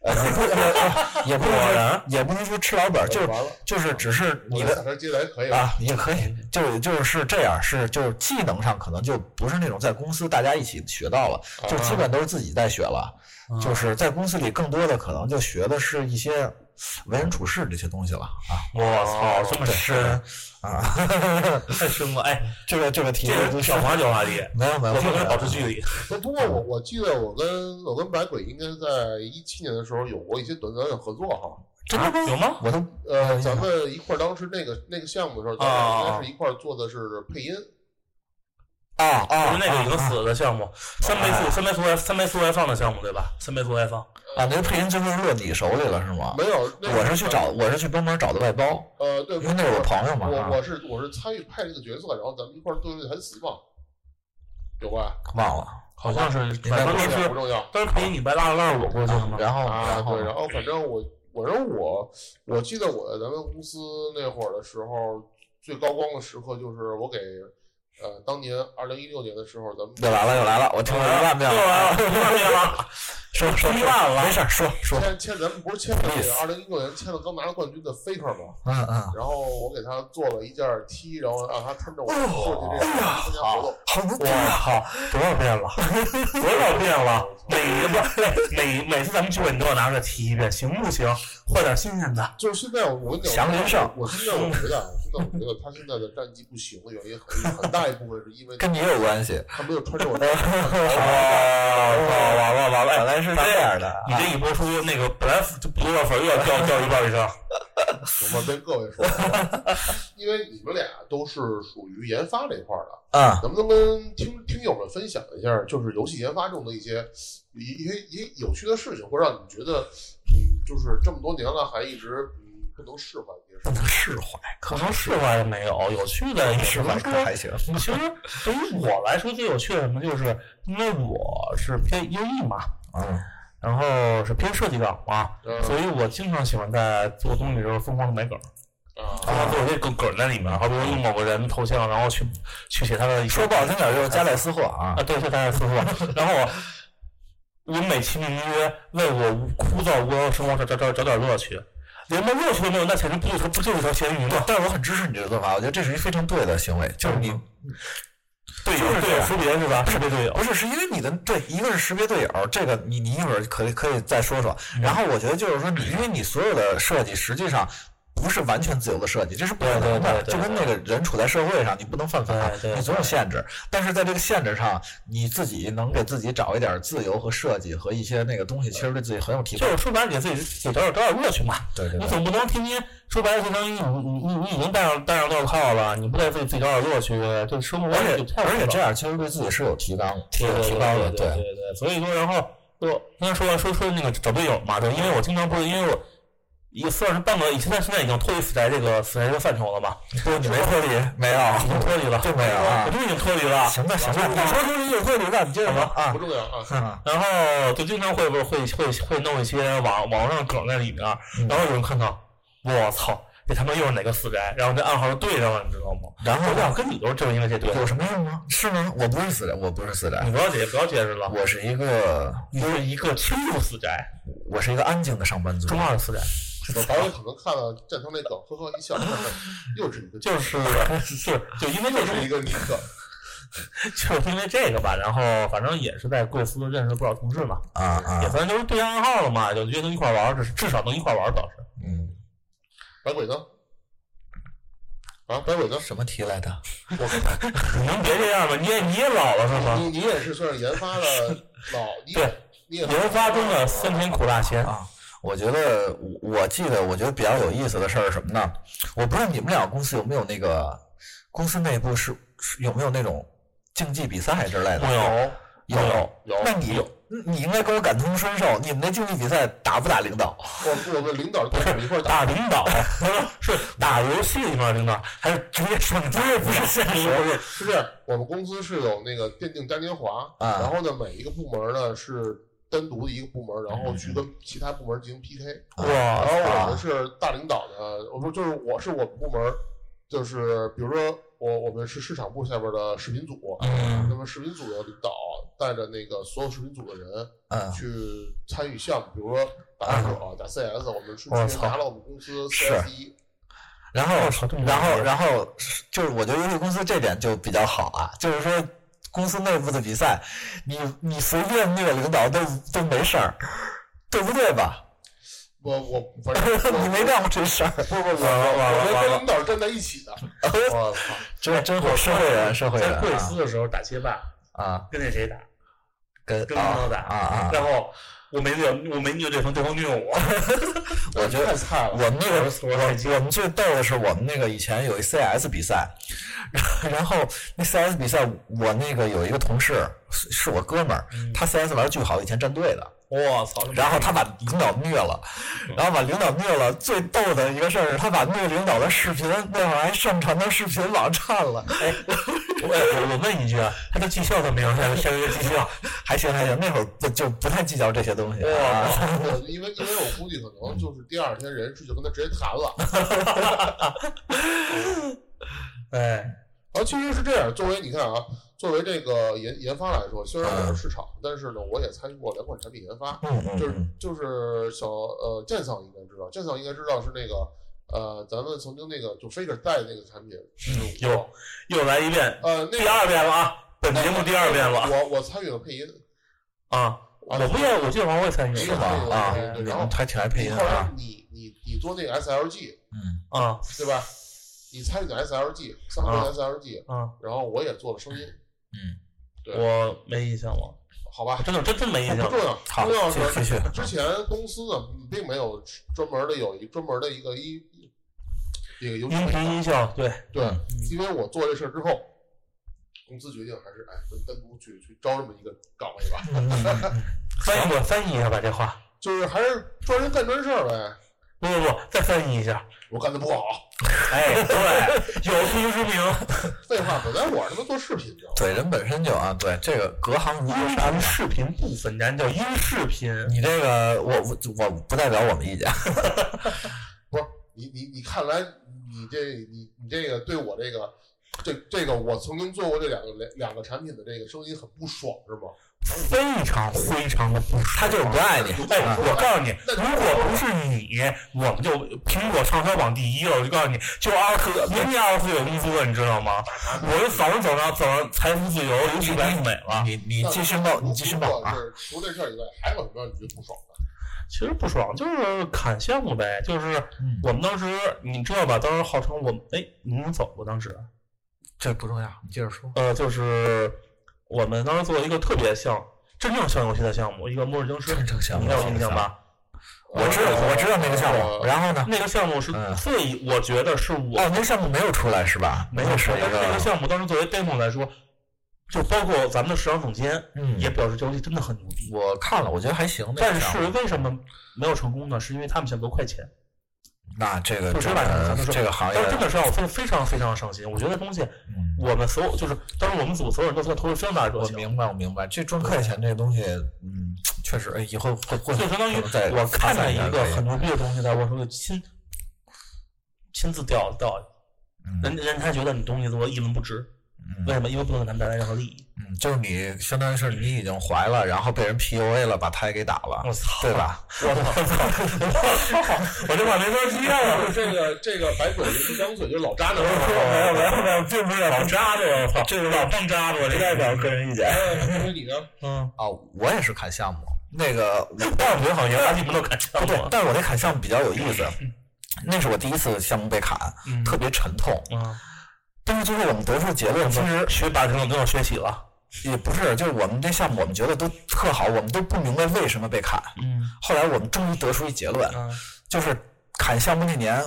Speaker 2: 呃，也不 也不能说也不能说吃老本儿，就是
Speaker 1: 完了。
Speaker 2: 就是只是你
Speaker 1: 我的
Speaker 2: 的
Speaker 1: 小车接来可以了，
Speaker 2: 啊，也可以，就是就是这样，是就是技能上可能就不是那种在公司大家一起学到了，
Speaker 1: 啊
Speaker 2: 就基本都是自己在学了，就是在公司里更多的可能就学的是一些为人处事这些东西了啊。
Speaker 3: 我操，这么
Speaker 2: 对
Speaker 3: 深，
Speaker 2: 啊，
Speaker 3: 太深了！哎，
Speaker 2: 这个这个题
Speaker 3: 这人
Speaker 2: 就
Speaker 3: 狡猾狡猾的，
Speaker 2: 没有没有，
Speaker 3: 啊我们跟他
Speaker 2: 没有
Speaker 3: 保持距离。
Speaker 1: 不不过我我记得我跟我跟白鬼应该在一七年的时候有过一些短暂的合作哈。
Speaker 2: 真的吗
Speaker 3: 啊有吗？
Speaker 2: 我都
Speaker 1: 呃，咱们一块儿当时那个那个项目的时候，咱
Speaker 2: 哦
Speaker 3: 啊
Speaker 1: 俩
Speaker 3: 啊
Speaker 1: 应该是一块儿做的是配音，
Speaker 2: 啊啊，
Speaker 3: 就是那个已经
Speaker 2: 啊
Speaker 3: 死的项目，三倍速、三倍速外、三倍速外放的项目，对吧？三倍速外放，
Speaker 2: 啊，那个配音最后落你手里了是吗？
Speaker 1: 没有？那个
Speaker 2: 我是去找，我是去帮忙找的外包，
Speaker 1: 呃，对，
Speaker 2: 因为那是我朋友嘛。啊
Speaker 1: 我我是我是参与派这个角色，然后咱们一块儿做这个台词嘛，有吧？
Speaker 2: 啊忘了，
Speaker 3: 好像是，反
Speaker 1: 不
Speaker 3: 正
Speaker 1: 重要，不
Speaker 3: 是，
Speaker 1: 重要。
Speaker 3: 当时陪你白拉着拉着我过去的嘛。
Speaker 2: 然后
Speaker 1: 啊，
Speaker 2: 然后
Speaker 1: 对，然后反正我，我说我，我记得我在咱们公司那会儿的时候，最高光的时刻就是我给，呃，当年二零一六年的时候，咱们
Speaker 2: 又来了又来了，我听了一万遍
Speaker 3: 又来
Speaker 2: 了，
Speaker 3: 了，又来了，
Speaker 2: 说说
Speaker 3: 一
Speaker 2: 说
Speaker 3: 万了
Speaker 2: 没事儿说说，
Speaker 1: 签签，咱们不是签了那个二零一六年签了刚拿了冠军的 Faker 吗？
Speaker 2: 嗯嗯，
Speaker 1: 然后我给他做了一件 T，然后让他穿着我的
Speaker 2: 哦
Speaker 1: 过去这样参加活动。
Speaker 2: 好牛逼
Speaker 3: 我
Speaker 2: 啊！
Speaker 3: 操，多少 遍了，多少遍了。每个不每每次咱们聚会，你都要拿出来提一遍，行不行？换点新鲜的。
Speaker 1: 就是现在我我跟你讲
Speaker 2: 祥林胜
Speaker 1: 我现在我觉得，啊，真的我觉得他现在的战绩不行的原因很很大一部分是因为
Speaker 2: 跟你有关系，
Speaker 1: 他没有穿着 我的。
Speaker 3: 哦，完了完了，
Speaker 2: 本来是这样的，啊
Speaker 3: 你这一播出，那个本来就不多少分，又要掉掉一半以上。
Speaker 1: 我跟各位说，因为你们俩都是属于研发这块儿的，
Speaker 2: 嗯
Speaker 1: 能不能跟听听友们分享一下，就是游戏研发中的一些一一些一些有趣的事情，或者让你觉得，嗯，就是这么多年了还一直嗯不能释怀这些事
Speaker 2: 不
Speaker 1: 情。
Speaker 2: 能释怀，
Speaker 3: 可能释怀没有，有趣的也
Speaker 2: 释
Speaker 3: 是
Speaker 2: 怀
Speaker 3: 怀。
Speaker 2: 可还行，
Speaker 3: 其实对于我来说最有趣的什么，就是因为我是偏优异嘛，
Speaker 2: 嗯
Speaker 3: 然后是偏设计党嘛，
Speaker 1: 嗯
Speaker 3: 所以我经常喜欢在做东西的时候疯狂的买梗，
Speaker 1: 啊，
Speaker 3: 疯狂做一些梗梗在里面，好比说用某个人头像，然后去去写他的一个
Speaker 2: 说不好听点儿就是夹带私货啊
Speaker 3: 啊，，对，是他的私货。然后我我美其名曰为我枯燥无聊的生活找找找找点乐趣，连个乐趣都没有，那简直不 就是不就是条咸鱼吗？
Speaker 2: 但是我很支持你这个做法，我觉得这是一非常对的行为，就是你队
Speaker 3: 就
Speaker 2: 友队
Speaker 3: 是队友
Speaker 2: 友
Speaker 3: 识别是吧？识别队哦友
Speaker 2: 不是，是因为你的对，一个是识别队友，这个你你一会儿可以可以再说说。
Speaker 3: 嗯
Speaker 2: 然后我觉得就是说你，因为你所有的设计实际上不是完全自由的设计，这是不可能的，
Speaker 3: 对对对对
Speaker 2: 就跟那个人处在社会上，你不能犯法，
Speaker 3: 对对对
Speaker 2: 你总有限制。但是在这个限制上，你自己能给自己找一点自由和设计和一些那个东西，其实对自己很有提
Speaker 3: 就
Speaker 2: 高。
Speaker 3: 是说白了，给自己自己找点找点乐趣嘛。
Speaker 2: 对对
Speaker 3: 你
Speaker 2: 对，
Speaker 3: 总不能天天说白了，相当于你你你你已经戴上戴上镣铐了，你不带自己自己找点乐趣，这生活
Speaker 2: 而且
Speaker 3: 就太无
Speaker 2: 而
Speaker 3: 聊
Speaker 2: 且
Speaker 3: 了
Speaker 2: 这样其实对自己是有提高提
Speaker 3: 对对
Speaker 2: 提
Speaker 3: 对
Speaker 2: 高的，
Speaker 3: 对对对对，所以说，然后就刚才说完说说那个找队友嘛，对，因为我经常不是因为我也算是半个，现在现在已经脱离死宅这个死宅这个范畴了嘛，
Speaker 2: 不，你没脱 离，没有，
Speaker 3: 已经脱离了，
Speaker 2: 这没有啊
Speaker 3: 我真已经脱离了。
Speaker 2: 行吧行 吧，你说出你有脱离的，你接着说啊
Speaker 1: 不。重要啊。
Speaker 2: 嗯
Speaker 3: 然后就经常会会会会会弄一些网网上梗在里面，
Speaker 2: 嗯
Speaker 3: 然后有人看到，我操，这他妈又是哪个死宅，然后这暗号就对上了，你知道吗？
Speaker 2: 然后
Speaker 3: 我想跟你都是正因为这对，
Speaker 2: 有什么用吗？是吗？我不是死宅，我不是死宅
Speaker 3: 你，不要解不要解释了，
Speaker 2: 我是一个
Speaker 3: 你就是一个轻度死宅，
Speaker 2: 我是一个安静的上班族
Speaker 3: 中。二死宅，
Speaker 1: 我导演可能看了战涛那梗，呵呵一笑， 又是一个，
Speaker 3: 就是 是就因为这
Speaker 1: 又
Speaker 3: 是
Speaker 1: 是一个你梗。
Speaker 3: 就是因为这个吧，然后反正也是在贵司认识了不少同事嘛，
Speaker 2: 啊
Speaker 3: 也
Speaker 2: 啊，
Speaker 3: 算就是对暗号了嘛，就约能一块玩儿，至至少能一块玩儿倒是。
Speaker 2: 嗯，
Speaker 1: 白鬼呢？啊，白鬼呢？
Speaker 2: 什么题来着？
Speaker 3: 你能别这样吗？你也你也老了是吗？
Speaker 1: 你你也是算是研发了老，你也
Speaker 3: 对
Speaker 1: 你也
Speaker 3: 研发中的酸甜苦辣咸，
Speaker 2: 啊，我觉得我我记得，我觉得比较有意思的事儿是什么呢？我不知道你们俩公司有没有那个公司内部是是有没有那种竞技比赛之类的？
Speaker 3: 没有
Speaker 2: 有
Speaker 1: 有
Speaker 2: 那你你应该跟我感同身受，你们那竞技比赛打不打领导？
Speaker 1: 我我们领导跟我们一 块儿打，
Speaker 3: 大领导，是打游戏里面的领导，还是职业上职业不是现实？
Speaker 1: 不是是这样，我们公司是有那个电竞嘉年华，
Speaker 2: 啊
Speaker 1: 然后呢，每一个部门呢是单独的一个部门，然后
Speaker 2: 嗯
Speaker 1: 去跟其他部门进行 PK。然
Speaker 2: 啊
Speaker 3: 哇，
Speaker 1: 后
Speaker 2: 哦
Speaker 1: 我们是大领导的，我不就是我是我们部门儿，就是比如说我我们是市场部下边的视频组，
Speaker 3: 嗯
Speaker 1: 那么视频组的领导带着那个所有视频组的人
Speaker 2: 嗯，
Speaker 1: 去参与项目，比如说打王者、打 CS，我们是
Speaker 3: 我
Speaker 1: 去
Speaker 3: 操
Speaker 1: 拿了我们公司
Speaker 2: 啊是
Speaker 1: CS 一，
Speaker 2: 然后
Speaker 3: 我操这么
Speaker 2: 然后，
Speaker 3: 牛逼
Speaker 2: 然后是就是我觉得游戏公司这点就比较好啊，就是说公司内部的比赛，你你随便虐领导都都没事儿，对不对吧？
Speaker 1: 我我反正我
Speaker 2: 你没干过这事儿，
Speaker 1: 不不不，
Speaker 3: 完了完了
Speaker 1: 我们
Speaker 3: 完了
Speaker 1: 跟领导站在一起的，
Speaker 3: 我操！
Speaker 2: 真真会社会人，社会人
Speaker 3: 在贵司的时候打街霸，
Speaker 2: 啊啊，
Speaker 3: 跟那谁打？
Speaker 2: 跟
Speaker 3: 跟
Speaker 2: 啊
Speaker 3: 领导打
Speaker 2: 啊啊！
Speaker 3: 然后我没虐，我没虐对方，对方虐我。
Speaker 2: 我觉得
Speaker 1: 太菜
Speaker 2: 我
Speaker 1: 了。
Speaker 2: 们那个我我们最逗的是，我们那个以前有一 CS 比赛，然后然后那 CS 比赛，我那个有一个同事是是我哥们儿，
Speaker 3: 嗯
Speaker 2: 他 CS 玩的巨好，以前战队的，
Speaker 3: 我操！
Speaker 2: 然后他把领导虐了，然后把领导虐了。最逗的一个事儿是，他把虐领导的视频那会儿还上传到视频网站了，
Speaker 3: 我我我问一句啊，他的绩效怎么 样？下个下个啊月绩效？
Speaker 2: 还行还行。那会儿不就不太计较这些东西啊。
Speaker 1: 我因为因为我估计可能就是第二天人事就跟他直接谈了，
Speaker 3: 哎，
Speaker 1: 然后啊其实是这样，作为你看啊，作为这个研研发来说，虽然我是市场，但是呢，我也参与过两款产品研发，
Speaker 2: 嗯嗯
Speaker 1: 就是
Speaker 2: 嗯，
Speaker 1: 就是小呃，建桑应该知道，建桑应该知道是那个呃，咱们曾经那个就 Faker 带那个产品，
Speaker 3: 又又来一遍，
Speaker 1: 呃，那
Speaker 3: 嗯第
Speaker 1: 个
Speaker 3: 二遍了啊！本节目第二遍了
Speaker 1: 我我参与了配音，
Speaker 3: 啊！我不也，我记得好像我也参与
Speaker 1: 是
Speaker 2: 是吧？
Speaker 3: 了
Speaker 1: 吧
Speaker 2: 啊
Speaker 1: 对，对
Speaker 2: 你
Speaker 1: 然后
Speaker 2: 们还挺爱配
Speaker 1: 你
Speaker 2: 音
Speaker 1: 后来
Speaker 2: 啊。
Speaker 1: 你你你做那个 SLG
Speaker 2: 嗯，
Speaker 3: 啊
Speaker 1: 对吧？你参与的 SLG，三国
Speaker 3: 啊
Speaker 1: SLG，
Speaker 3: 啊！
Speaker 1: 然后我也做了声音，对
Speaker 3: 我没印象了，哦
Speaker 1: 好吧？
Speaker 3: 真的真真没印
Speaker 1: 不
Speaker 3: 象
Speaker 1: 重。要，
Speaker 2: 好
Speaker 1: 重要，是
Speaker 2: 继续。
Speaker 1: 之前公司呢并没有专门的有一专门的一个一一个游戏
Speaker 3: 音频音效 对，
Speaker 1: 对，
Speaker 2: 嗯
Speaker 1: 因为我做这事儿之后，公司决定还是哎，咱单独去去招这么一个岗位吧，
Speaker 3: 翻译我翻译一下吧这话。
Speaker 1: 就是还是专人干专事儿呗。
Speaker 3: 不不不，再翻译一下。
Speaker 1: 我干的不好，
Speaker 3: 哎，对，有自知之明。
Speaker 1: 废话，本来我是他妈做视频的，
Speaker 2: 对，人本身就啊，对这个隔行如隔
Speaker 3: 音
Speaker 2: 山
Speaker 3: 频
Speaker 2: 嘛。
Speaker 3: 视频不分，咱叫音视频。
Speaker 2: 你这个我我我不代表我们意见。
Speaker 1: 不是你你你看来你这你你这个对我这个。这这个我曾经做过这两个两两个产品的这个声音很不爽是吗？
Speaker 4: 非常非常的不爽，
Speaker 2: 他就是不爱你。
Speaker 4: 哎，我告诉你，
Speaker 1: 那
Speaker 4: 如果不是你，我们就苹果畅销榜第一了。我就告诉你，就二十四，明年二十四有工资了，你知道吗？ 我就早上走上走上财富自由，尤其白富美了。
Speaker 2: 你你继续闹，你继续闹啊！
Speaker 1: 是除这事儿以外，还有什么让你觉得不爽的？
Speaker 3: 其实不爽，就是砍项目呗。就是
Speaker 2: 嗯
Speaker 3: 我们当时，你知道吧？当时号称我们，哎，你怎么走过？当时，
Speaker 2: 这不重要，你接着说。
Speaker 3: 呃，就是我们当时做了一个特别像真正像游戏的项目，一个末日僵尸，
Speaker 2: 真正项目
Speaker 3: 你有印象吧？
Speaker 2: 我知道，我知道那个项目。
Speaker 1: 后
Speaker 2: 然后呢？
Speaker 3: 那个项目是
Speaker 2: 嗯
Speaker 3: 最，我觉得是我
Speaker 2: 哦，那项目没有出来是吧？
Speaker 3: 没有
Speaker 2: 是
Speaker 3: 说，
Speaker 2: 一
Speaker 3: 但是那个
Speaker 2: 个，
Speaker 3: 项目当时作为 demo 来说，就包括咱们的市场总监
Speaker 2: 嗯，
Speaker 3: 也表示这游戏真的很牛逼。
Speaker 2: 我看了，我觉得还行。那个
Speaker 3: 但
Speaker 2: 项目
Speaker 3: 是为什么没有成功呢？是因为他们想多快钱。
Speaker 2: 那这个
Speaker 3: 就
Speaker 2: 真
Speaker 3: 是吧
Speaker 2: 的
Speaker 3: 就是
Speaker 2: 这个行业
Speaker 3: 但，是真的是让我非非常非常伤心。我觉得这东西，
Speaker 2: 嗯
Speaker 3: 我们所有就是当时我们组所有人都在投入非常大的热
Speaker 2: 我
Speaker 3: 情。
Speaker 2: 明白，我明白，这赚快钱这个东西，嗯，确实，哎以后会会
Speaker 3: 就相当于
Speaker 2: 会再
Speaker 3: 我看
Speaker 2: 发散
Speaker 3: 见
Speaker 2: 下
Speaker 3: 一个
Speaker 2: 可以
Speaker 3: 很牛逼的东西，在我手里亲亲自掉掉
Speaker 2: 嗯，
Speaker 3: 人人家觉得你东西怎么一文不值？
Speaker 2: 嗯
Speaker 3: 为什么？因为不能给他们带来任何 利益。
Speaker 2: 嗯，就是你相当于是你已经怀了，然后被人 PUA 了，把胎给打了，
Speaker 3: 我操！
Speaker 2: 对？吧？
Speaker 3: 我操！ 我这话没法接 了。
Speaker 1: 这个这个白嘴不张嘴就是老渣男，
Speaker 4: 没有没有没有，并不是老渣子，我操，这个老棒渣子，我这代表个人意见。
Speaker 1: 那你呢？
Speaker 4: 嗯，
Speaker 2: 啊，我也是看项目，那 个我
Speaker 4: 但我觉得好像
Speaker 3: 原来你们都敢抢
Speaker 2: 不对
Speaker 3: 我，，
Speaker 2: 但是我那砍项目比较有意思，那是我第一次项目被砍，
Speaker 3: 嗯
Speaker 2: 特别沉痛。
Speaker 3: 嗯，
Speaker 2: 但是最后我们得出结论，其实
Speaker 3: 学霸听我跟我学习了，
Speaker 2: 也不是，就是我们这项目我们觉得都特好，我们都不明白为什么被砍。
Speaker 3: 嗯
Speaker 2: 后来我们终于得出一结论，
Speaker 3: 嗯
Speaker 2: 就是砍项目那年，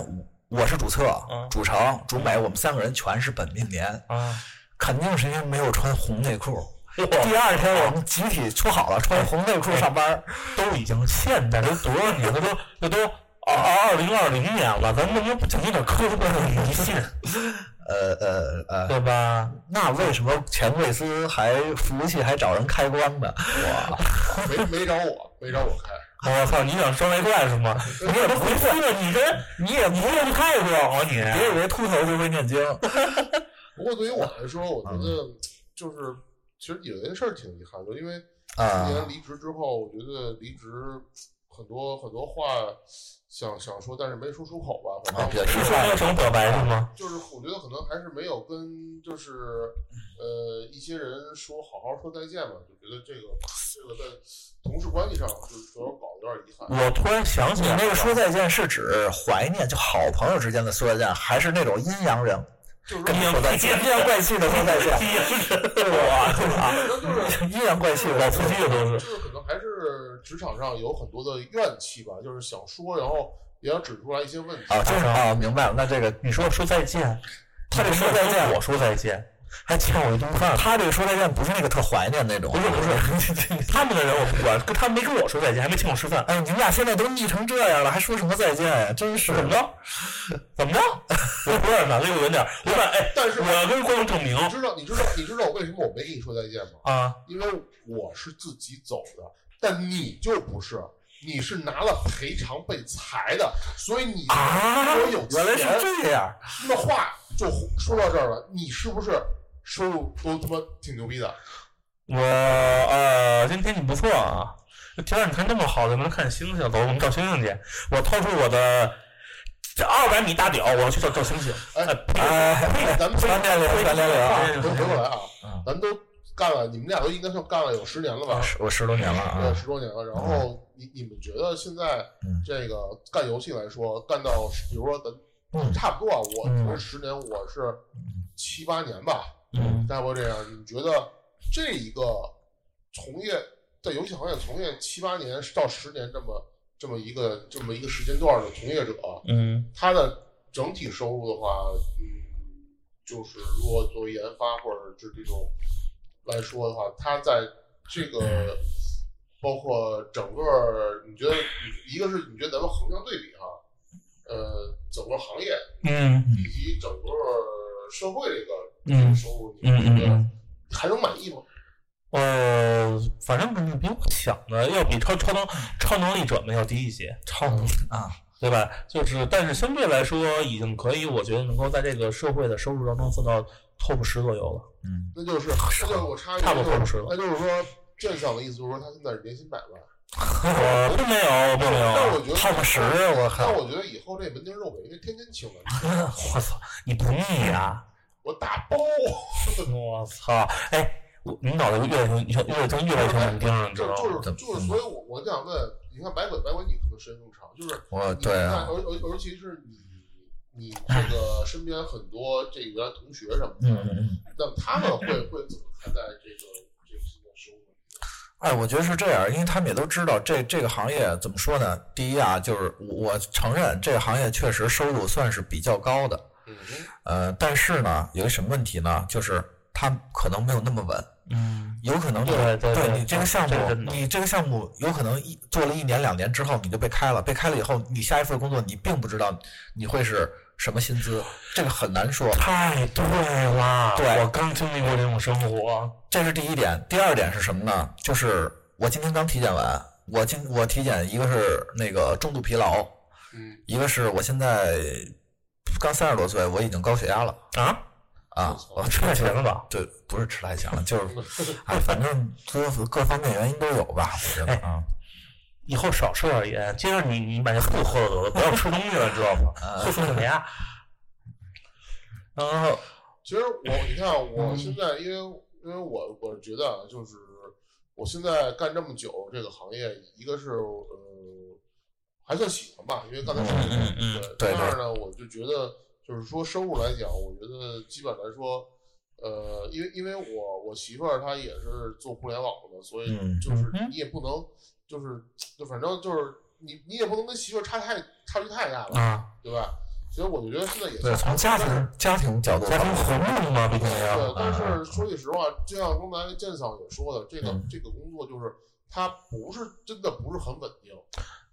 Speaker 2: 我是主策
Speaker 3: 嗯、
Speaker 2: 主成、主美，我们三个人全是本命年，
Speaker 3: 啊，
Speaker 2: 肯定是因为没有穿红内裤。第二天我们集体说好了穿红内裤上班，
Speaker 4: 都已经现代，都多少年了，都这都二二零二零年了，咱们能不能不讲点科学的迷信，
Speaker 2: 呃呃呃，
Speaker 4: 对吧？
Speaker 2: 那为什么钱贵司还服务器还找人开光呢？哎
Speaker 1: 没没找我，没找我开。
Speaker 4: 我操，你想双为怪是 吗？你也不会了，你跟你也不用太多啊，你
Speaker 2: 别以为秃头就会念经，
Speaker 1: 不过对于我来说，我
Speaker 2: 嗯
Speaker 1: 觉得就是其实有件事儿挺遗憾的，因为
Speaker 2: 啊
Speaker 1: 今年离职之后，我觉得离职很多很多话想想说，但是没说出口吧。
Speaker 2: 啊，
Speaker 1: 反
Speaker 2: 比
Speaker 1: 正
Speaker 2: 较遗
Speaker 4: 是
Speaker 2: 憾
Speaker 4: 没。有什么表白是吗？
Speaker 1: 就是我觉得可能还是没有跟就是呃一些人说好好说再见吧，就觉得这个这个在同事关系上就是主要搞得有点遗憾。
Speaker 4: 我突然想起
Speaker 2: 你
Speaker 4: 来，
Speaker 2: 那个说再见是指怀念，就好朋友之间的说再见，还是那种阴阳人
Speaker 1: 就是
Speaker 2: 跟
Speaker 1: 说
Speaker 2: 你说再见，阴阳怪气的说再见？
Speaker 1: 可能就是
Speaker 2: 阴阳怪气的
Speaker 4: 夫妻都是
Speaker 1: 就是可能还是职场上有很多的怨气吧，就是想说，然后也要指出来一些问题。
Speaker 2: 啊，就是
Speaker 4: 哦
Speaker 2: 啊，明白了。那这个
Speaker 4: 你说说再见，
Speaker 2: 他这说再见
Speaker 4: 跟我说再见，还欠我一顿饭。
Speaker 2: 他这个说再见不是那个特怀念那种，
Speaker 4: 不是不是，他们的人我不管，跟他们没跟我说再见，还没请我吃饭，
Speaker 2: 哎，你们俩现在都腻成这样了，还说什么再见呀？真是
Speaker 4: 怎么 着？怎么着？我不是哪离我远点儿，我把哎，
Speaker 1: 但是
Speaker 4: 我要跟观众证明
Speaker 2: 啊
Speaker 1: 你知道，你知道，你知道我为什么我没跟你说再见吗？
Speaker 4: 啊，
Speaker 1: 因为我是自己走的，但你就不是，你是拿了赔偿被裁的，所以你
Speaker 2: 啊
Speaker 1: 我有
Speaker 2: 原来是
Speaker 1: 钱，
Speaker 2: 这样。
Speaker 1: 那话就说到这儿了。你是不是收入都他妈挺牛逼的？
Speaker 4: 我呃，今天天气不错啊，天儿你看这么好，咱们能看星星，走，我们照星星去。我掏出我的这二百米大表，我要去照照星星。
Speaker 1: 哎
Speaker 2: 哎，
Speaker 1: 咱们
Speaker 2: 三点零，三点零啊！
Speaker 1: 回回过来啊
Speaker 2: 嗯，
Speaker 1: 咱们都干了，你们俩都应该算干了有十年了吧？
Speaker 2: 我十多年了
Speaker 1: 对，
Speaker 2: 啊，
Speaker 1: 十多年了。然后你你们觉得现在
Speaker 2: 嗯
Speaker 1: 这个干游戏来说，干到比如说
Speaker 2: 嗯
Speaker 1: 咱差不多啊，我
Speaker 4: 嗯
Speaker 1: 我是十年，我是七八年吧，
Speaker 4: 嗯，
Speaker 1: 差不多这样。你们觉得这一个从业在游戏行业从业七八年到十年这么这么一个这么一个时间段的从业者，啊
Speaker 3: 嗯，
Speaker 1: 他的整体收入的话，嗯，就是如果作为研发或者是这种来说的话，他在这个包括整个儿，你觉得一个是你觉得咱们横向对比哈、呃，整个行业
Speaker 4: 嗯
Speaker 1: 以及整个社会这个这
Speaker 4: 嗯
Speaker 1: 个收入，你
Speaker 4: 嗯
Speaker 1: 觉得
Speaker 4: 嗯
Speaker 1: 还能满意吗？
Speaker 4: 嗯，呃，反正肯定比我想的要比超超能超能力者们要低一些，
Speaker 2: 超能力啊，
Speaker 4: 对吧？就是，但是相对来说，已经可以，我觉得能够在这个社会的收入当中做到 top 十左右了。
Speaker 2: 嗯，
Speaker 1: 那就是，那就是我插一句，
Speaker 4: 差不多
Speaker 1: 就是
Speaker 4: 是吧
Speaker 1: 那就是说，鉴赏的意思就是说他现在是年薪百万，
Speaker 3: 我呃并没有，并没
Speaker 1: 但我
Speaker 3: 有
Speaker 1: 觉得
Speaker 2: ，top 十，啊我
Speaker 1: 但
Speaker 2: 靠，
Speaker 1: 我觉得以后这门钉肉饼应该天天请的，
Speaker 3: 我操，你不腻啊？
Speaker 1: 我打包，啊
Speaker 3: 我操，哎，我你脑袋越来越越越越来越像门钉了，你知
Speaker 1: 就
Speaker 3: 道吗？
Speaker 1: 就是就是，所以我我想问，你看白鬼白鬼你可能时间更长，就是
Speaker 2: 我
Speaker 1: 你
Speaker 2: 对
Speaker 1: 看
Speaker 2: 啊，
Speaker 1: 尤尤尤其是你你这个身边很多这个原来同学什么的，
Speaker 2: 嗯嗯嗯。
Speaker 1: 那么他们会会怎么看待这个这个这个收入？
Speaker 2: 哎，我觉得是这样，因为他们也都知道这这个行业怎么说呢？第一啊，就是我我承认这个行业确实收入算是比较高的，
Speaker 1: 嗯
Speaker 2: 呃，但是呢，有一什么问题呢？就是它可能没有那么稳，
Speaker 3: 嗯，
Speaker 2: 有可能就
Speaker 3: 对对对
Speaker 2: 你这个项目
Speaker 3: 这个真，的
Speaker 2: 你这个项目有可能一做了一年两年之后你就被开了，被开了以后，你下一份工作你并不知道你会是什么薪资，这个很难说。
Speaker 3: 太对了，
Speaker 2: 对
Speaker 3: 我刚经历过这种生活，
Speaker 2: 这是第一点。第二点是什么呢？就是我今天刚体检完，我今我体检一个是那个重度疲劳，
Speaker 1: 嗯
Speaker 2: 一个是我现在刚三十多岁，我已经高血压了
Speaker 3: 啊，
Speaker 2: 啊
Speaker 1: 我操，
Speaker 2: 我
Speaker 3: 吃太咸了吧？
Speaker 2: 对，不是吃太强了，就是哎，反正各各方面原因都有吧，我觉
Speaker 3: 哎
Speaker 2: 得啊，
Speaker 3: 以后少吃点盐，接着你你把那醋喝了得了，不要吃东西了，知道 吗？
Speaker 2: 啊
Speaker 3: 会出血压。然后，
Speaker 1: 其实我你看我现在，因为因为我我觉得啊，就是我现在干这么久这个行业，一个是呃还算喜欢吧，因为刚才说的
Speaker 3: 嗯嗯
Speaker 1: 对
Speaker 2: 对
Speaker 1: 第二呢，我就觉得就是说收入来讲，我觉得基本来说，呃，因为因为我我媳妇儿她也是做互联网的，所以
Speaker 2: 嗯
Speaker 1: 就是
Speaker 3: 嗯
Speaker 1: 你也不能就是就反正就是你你也不能跟媳妇儿差太差距太大了，
Speaker 3: 啊，
Speaker 1: 对吧？所以我觉得现在也
Speaker 2: 对，
Speaker 1: 是
Speaker 2: 从家庭家庭角度考
Speaker 3: 家庭
Speaker 2: 虑，
Speaker 3: 和睦嘛，毕竟要
Speaker 1: 对，但
Speaker 3: 啊
Speaker 1: 是说句实话，就像刚才建嫂也说的，这个、
Speaker 2: 哎嗯
Speaker 1: 这个工作就是它不是真的不是很稳定。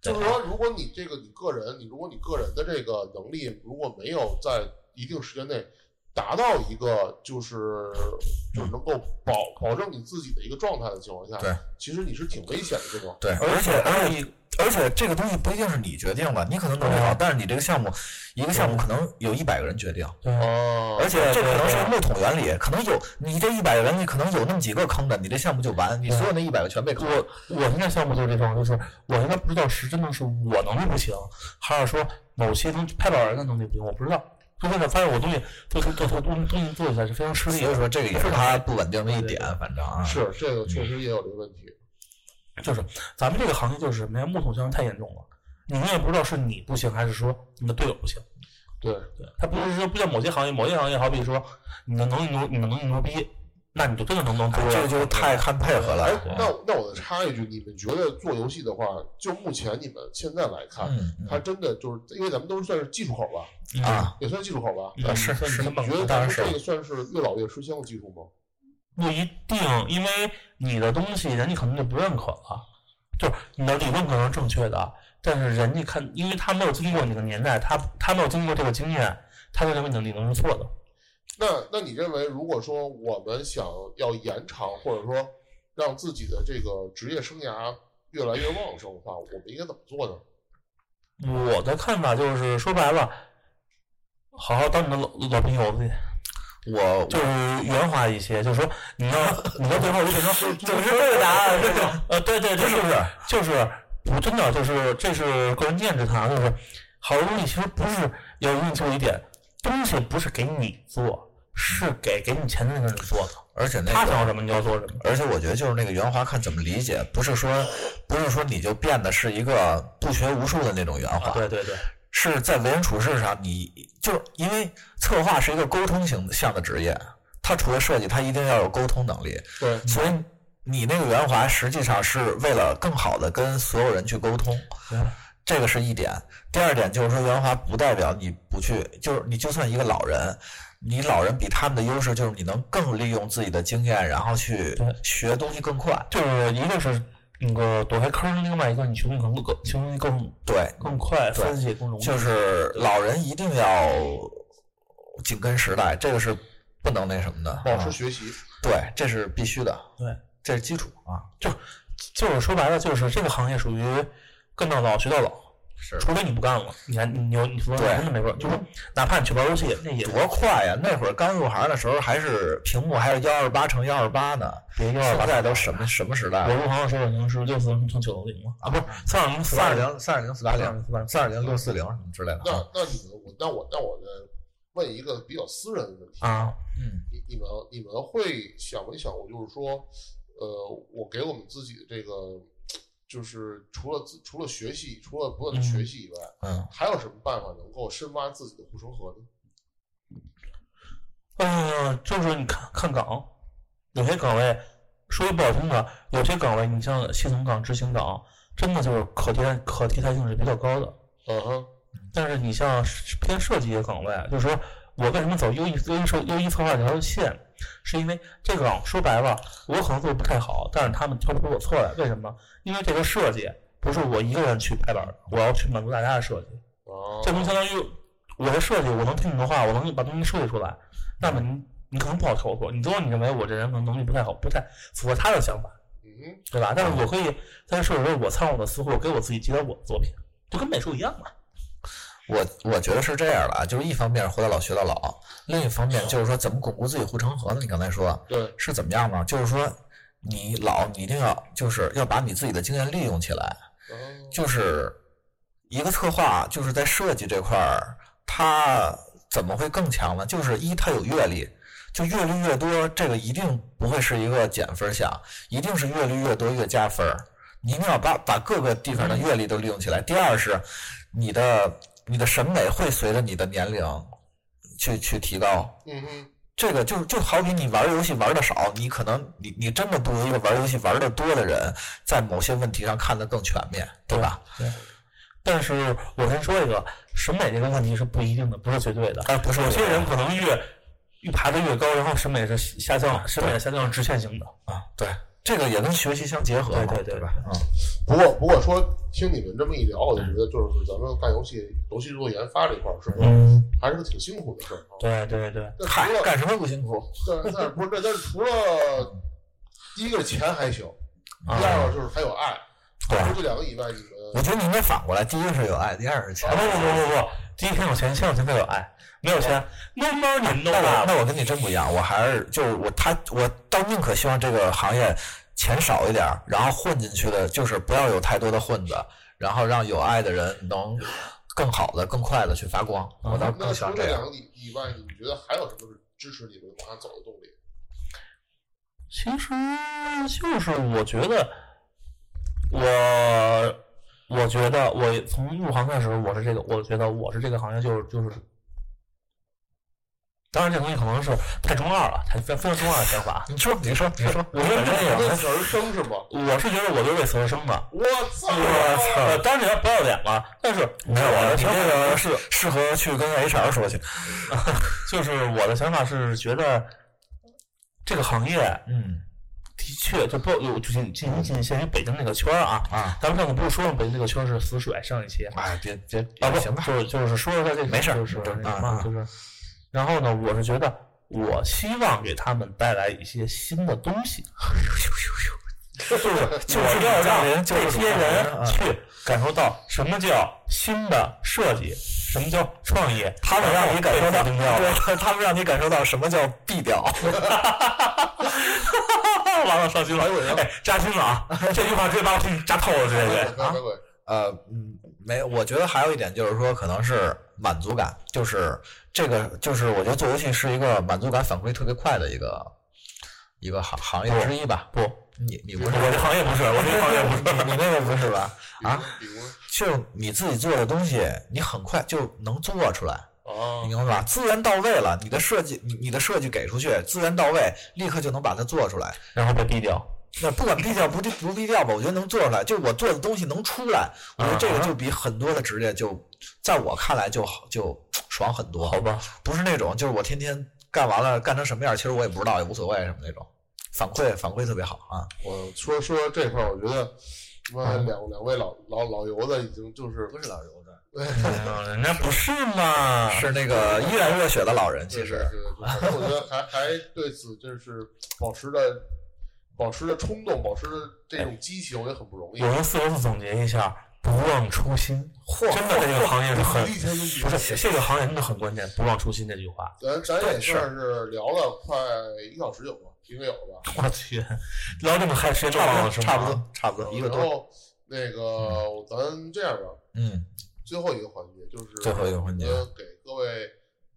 Speaker 1: 就是说，如果你这个你个人，你如果你个人的这个能力如果没有在一定时间内达到一个就是就是能够保保证你自己的一个状态的情况下，
Speaker 2: 对，
Speaker 1: 其实你是挺危险的，对吧？
Speaker 2: 对，而且而且而且这个东西不一定是你决定的，你可能能
Speaker 3: 啊
Speaker 2: 力好，但是你这个项目一个项目可能有一百个人决定，
Speaker 3: 对
Speaker 1: 哦
Speaker 2: 嗯而且这可能是木桶原理，可能有你这一百个人，你可能有那么几个坑的，你这项目就完，你所有那一百个全被坑。
Speaker 3: 我我现在项目就是这种，就是我现在不知道是真的是我能力不行，还是说某些东西拍板人的能力不行，我不知道。就现在发现我东西做做做做东东西做起来是非常吃力
Speaker 2: 所以
Speaker 3: 的，
Speaker 2: 说这个也是它不稳定的一点，反正啊，
Speaker 1: 是这个确实也有这个问题。
Speaker 3: 就是咱们这个行业就是什么呀，木桶效应太严重了。你也不知道是你不行，还是说你的队友不行。
Speaker 1: 对，
Speaker 3: 对，它不是说不像某些行业，某些行业好比说你的能力牛，你的能力牛逼，那你就真的能能做
Speaker 2: 哎
Speaker 3: 到。
Speaker 2: 这个就太看配合了嗯
Speaker 1: 哎。，那我那我再插一句，你们觉得做游戏的话，就目前你们现在来看，
Speaker 2: 嗯嗯
Speaker 1: 它真的就是因为咱们都算是技术口吧，
Speaker 2: 啊，
Speaker 1: 也算技术口吧。
Speaker 3: 嗯
Speaker 2: 是
Speaker 3: 算
Speaker 2: 是
Speaker 3: 你
Speaker 1: 你
Speaker 3: 猛
Speaker 1: 觉得
Speaker 3: 的
Speaker 1: 咱
Speaker 2: 当然
Speaker 1: 们
Speaker 2: 是
Speaker 1: 这个算是越老越吃香的技术吗？
Speaker 3: 不一定，因为你的东西人家可能就不认可了，就是你的理论可能是正确的，但是人家看，因为他没有经过你的年代，他他没有经过这个经验，他就认为你的理论是错的。
Speaker 1: 那那你认为，如果说我们想要延长，或者说让自己的这个职业生涯越来越旺盛的话，我们应该怎么做呢？
Speaker 3: 我的看法就是，说白了，好好当你的老老朋友去，
Speaker 2: 我
Speaker 3: 就是圆滑一些，就是说你要你到最后就变成
Speaker 2: 总是这个答案是吧
Speaker 3: 呃，对对对，是不是？就是我真的就是这是个人见之谈，就是好多东西其实不是要认错一点，东西不是给你做，是给给你钱的那个人做的，
Speaker 2: 而且那
Speaker 3: 他
Speaker 2: 个
Speaker 3: 想要什么你就要做什么。
Speaker 2: 而且我觉得就是那个圆滑看怎么理解，不是说不是说你就变得是一个不学无术的那种圆滑，
Speaker 3: 啊，对对对，
Speaker 2: 是在为人处事上，你就是因为策划是一个沟通型向的职业，它除了设计，它一定要有沟通能力，
Speaker 1: 对，
Speaker 2: 所以你那个圆滑实际上是为了更好的跟所有人去沟通
Speaker 3: 对，
Speaker 2: 这个是一点。第二点就是说，圆滑不代表你不去，就是你就算一个老人，你老人比他们的优势就是你能更利用自己的经验，然后去
Speaker 3: 对
Speaker 2: 学东西更快。
Speaker 3: 就是一个是那个躲开坑，另外一个你学东西可能更学东西更
Speaker 2: 对，
Speaker 3: 更快，
Speaker 2: 对
Speaker 3: 分析也更容易。
Speaker 2: 就是老人一定要紧跟时代，这个是不能那什么的。
Speaker 1: 保持
Speaker 2: 啊
Speaker 1: 学习。
Speaker 2: 对，这是必须的。
Speaker 3: 对，
Speaker 2: 这是基础啊。
Speaker 3: 就是说白了，就是这个行业属于跟到老学到老，
Speaker 2: 是
Speaker 3: 除非你不干了，你还你你你服装
Speaker 2: 对
Speaker 3: 真的没法，就是哪怕你去玩游戏，那也
Speaker 2: 多快呀！那会儿刚入行的时候，还是屏幕还是幺二八乘幺二八呢。
Speaker 3: 别幺二
Speaker 2: 现
Speaker 3: 八。
Speaker 2: 在都什么什么时代
Speaker 3: 我
Speaker 2: 了？
Speaker 3: 入行的时候已经是六四零乘九六零了啊，不是三二零
Speaker 2: 四二零、三二零、四八零、三二零六四零什么之类的。啊
Speaker 1: 那那你们，我那我那我呢？问一个比较私人的问题，
Speaker 3: 啊，
Speaker 2: 嗯，
Speaker 1: 你你们你们会想没想过，就是说，呃，我给我们自己的这个，就是除了自除了学习，除了不断的学习以外，
Speaker 2: 嗯，
Speaker 1: 还有什么办法能够深挖自己的护城河呢？
Speaker 3: 嗯，就是你看看岗，有些岗位说句不好听的，有些岗位你像系统岗、执行岗，真的就是可替代可替代性是比较高的。
Speaker 1: 嗯哼，
Speaker 3: 但是你像是偏设计的岗位，就是说我为什么走优异优异设优异策划这条线，是因为这个岗说白了，我可能做的不太好，但是他们挑不出我错来，为什么？因为这个设计不是我一个人去拍板的，我要去满足大家的设计。
Speaker 1: 啊，
Speaker 3: 这东西相当于我的设计，我能听你的话，我能把东西设计出来，那么你你可能不好投诉，你最后你认为我这人可能能力不太好，不太符合他的想法，
Speaker 1: 嗯，
Speaker 3: 对吧？但是我可以在设计时候，我参考我的思路，给我自己结合我的作品，就跟美术一样嘛。
Speaker 2: 我我觉得是这样的啊，就是一方面是活到老学到老，另一方面就是说怎么巩固自己护城河呢？你刚才说
Speaker 1: 对，
Speaker 2: 是怎么样呢？就是说你老你一定要就是要把你自己的经验利用起来，
Speaker 1: 嗯
Speaker 2: 就是一个策划，就是在设计这块儿，他怎么会更强呢？就是一，他有阅历，就阅历越多，这个一定不会是一个减分项，一定是阅历越多越加分儿。你一定要把把各个地方的阅历都利用起来。第二是你的你的审美会随着你的年龄去去提高。
Speaker 1: 嗯哼，
Speaker 2: 这个就就好比你玩游戏玩的少，你可能你你真的不如一个玩游戏玩的多的人，在某些问题上看得更全面，对吧？
Speaker 3: 但是我先说一个，审美这个问题是不一定的，不是绝对的。
Speaker 2: 哎，不是
Speaker 3: 有些人可能越越爬得越高，然后审美是下降，审美下降是直线型的。
Speaker 2: 啊，对，这个也跟学习相结合嘛，
Speaker 3: 对对对啊
Speaker 2: 吧？嗯，
Speaker 1: 不过不过说，听你们这么一聊，我就觉得就是咱们干游戏、游戏制作研发这块儿是不是
Speaker 3: 嗯，
Speaker 1: 还是个挺辛苦的事儿啊？
Speaker 3: 对对对，
Speaker 1: 那除
Speaker 2: 嗨，
Speaker 1: 了
Speaker 2: 干什么不辛苦？
Speaker 1: 但但是不是但是除了第一个钱还行，第
Speaker 3: 啊
Speaker 1: 二个就是还有爱，
Speaker 2: 对
Speaker 1: 除了这两个以外，你
Speaker 2: 我
Speaker 1: 们
Speaker 2: 觉得你应该反过来，第一个是有爱，第二是钱
Speaker 3: 啊。不不不不不，第一天有钱，先有钱再有爱，没有钱，no money
Speaker 2: 那
Speaker 3: no
Speaker 2: 我
Speaker 3: love。
Speaker 2: 那我跟你真不一样，我还是就是我他我倒宁可希望这个行业钱少一点儿，然后混进去的就是不要有太多的混子，然后让有爱的人能更好的、更快的去发光。我倒
Speaker 1: 啊那
Speaker 2: 更
Speaker 1: 除
Speaker 2: 喜
Speaker 1: 了
Speaker 2: 欢
Speaker 1: 这
Speaker 2: 这
Speaker 1: 两
Speaker 2: 样。
Speaker 1: 个以以外，你们觉得还有什么是支持你们往上走的动力？
Speaker 3: 其实就是我觉得，我我觉得我从入行开始，我是这个，我觉得我是这个行业就是就是。当然，这东西可能是太中二了，太非非常中二的想法。啊
Speaker 2: 你说，你说，你说，
Speaker 3: 我觉 得这
Speaker 1: 为
Speaker 3: 个，
Speaker 1: 此而生是吗？
Speaker 3: 我是觉得我就是为此而生的。
Speaker 1: 我 操！
Speaker 3: 呃，当然这要不要脸了，但是
Speaker 2: 没有，
Speaker 3: 我
Speaker 2: 我
Speaker 3: 的
Speaker 2: 你
Speaker 3: 想法
Speaker 2: 这个
Speaker 3: 是
Speaker 2: 是适合去跟 HR 说去。
Speaker 3: 就是我的想法是觉得这个行业
Speaker 2: 嗯
Speaker 3: 的确就不有就仅仅仅限于北京这个圈儿啊。
Speaker 2: 啊，
Speaker 3: 咱们上次不是说了北京这个圈儿是死水上一期啊
Speaker 2: 哎，别别
Speaker 3: 不
Speaker 2: 行吧，
Speaker 3: 就是就是说一下这个
Speaker 2: 没事儿
Speaker 3: 就是那
Speaker 2: 啊
Speaker 3: 什么
Speaker 2: 啊
Speaker 3: 就是，然后呢，我是觉得我希望给他们带来一些新的东 西，
Speaker 2: 就
Speaker 3: 就是
Speaker 2: 是
Speaker 3: 我要
Speaker 2: 主持人
Speaker 3: 让
Speaker 2: 就
Speaker 3: 这
Speaker 2: 是主持
Speaker 3: 些
Speaker 2: 人
Speaker 3: 人
Speaker 2: 啊
Speaker 3: 去感受到什么叫新的设计，什么叫创意，
Speaker 2: 他们让你感受到，
Speaker 3: 定调。
Speaker 2: 对，他们让你感受到什么叫必 屌。
Speaker 3: 完了，伤心了，哎，扎心了啊！这句话直接把我心扎透了，直
Speaker 1: 别
Speaker 3: 接
Speaker 1: 别别别！
Speaker 2: 呃，嗯，没，我觉得还有一点就是说，可能是满足感，就是这个，就是我觉得做游戏是一个满足感反馈特别快的一个一个行行业之一吧。
Speaker 3: 不，
Speaker 2: 你你不
Speaker 3: 我
Speaker 2: 是，
Speaker 3: 这行业不是，我这行业不是。
Speaker 2: 你你那个不是吧？啊，
Speaker 1: 比如
Speaker 2: 就你自己做的东西，你很快就能做出来，
Speaker 1: 啊
Speaker 3: 哦
Speaker 2: 你，明白吧？资源到位了，你的设计，你你的设计给出去，资源到位，立刻就能把它做出来。
Speaker 3: 然后被毙掉，
Speaker 2: 那不管低调不低不低调吧，我觉得能做出来，就是我做的东西能出来，我觉得这个就比很多的职业就，在我看来就好就爽很多，
Speaker 3: 好吧？
Speaker 2: 不是那种就是我天天干完了干成什么样，其实我也不知道，也无所谓什么那种，反馈反馈特别好啊，
Speaker 1: 我说说到这块儿，我觉得妈
Speaker 3: 嗯
Speaker 1: 两两位老老老油子已经就是
Speaker 2: 不是老油子，
Speaker 3: 哎人家不是嘛？
Speaker 2: 是那个依然热血的老人，其实
Speaker 1: 对对对，反正我觉得还还对此就是保持着保持着冲动，保持着这种激情，我也很不容易
Speaker 3: 我。用四个字总结一下：不忘初心，
Speaker 2: 嚯
Speaker 3: 真的在这个行业是很
Speaker 1: 一天跟
Speaker 3: 不是这个行业真的很关键，不忘初心这句话。
Speaker 1: 咱咱也
Speaker 3: 对是
Speaker 1: 算是聊了快一个小时有吧，应该有吧。
Speaker 3: 我去，聊这么嗨，时间都忘了是吗？
Speaker 2: 差不多，差不多一个
Speaker 1: 然
Speaker 2: 多。
Speaker 1: 后那个咱这样吧，
Speaker 2: 嗯，
Speaker 1: 最后一个环节就是
Speaker 2: 最后一个环节
Speaker 1: 呃给各位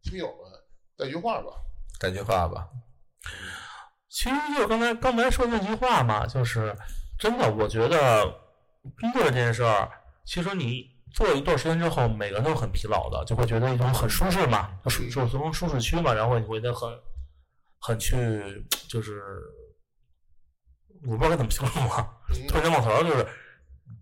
Speaker 1: 听友们带句话吧。
Speaker 2: 带句话吧。
Speaker 3: 其实就是刚才刚才说那句话嘛，就是真的，我觉得工作这件事儿，其实你做一段时间之后，每个人都很疲劳的，就会觉得一种很舒适嘛，就属于就是从舒适区嘛，然后你会觉得很很去就是我不知道该怎么形容啊，
Speaker 1: 嗯？
Speaker 3: 突然间忘词儿了，就是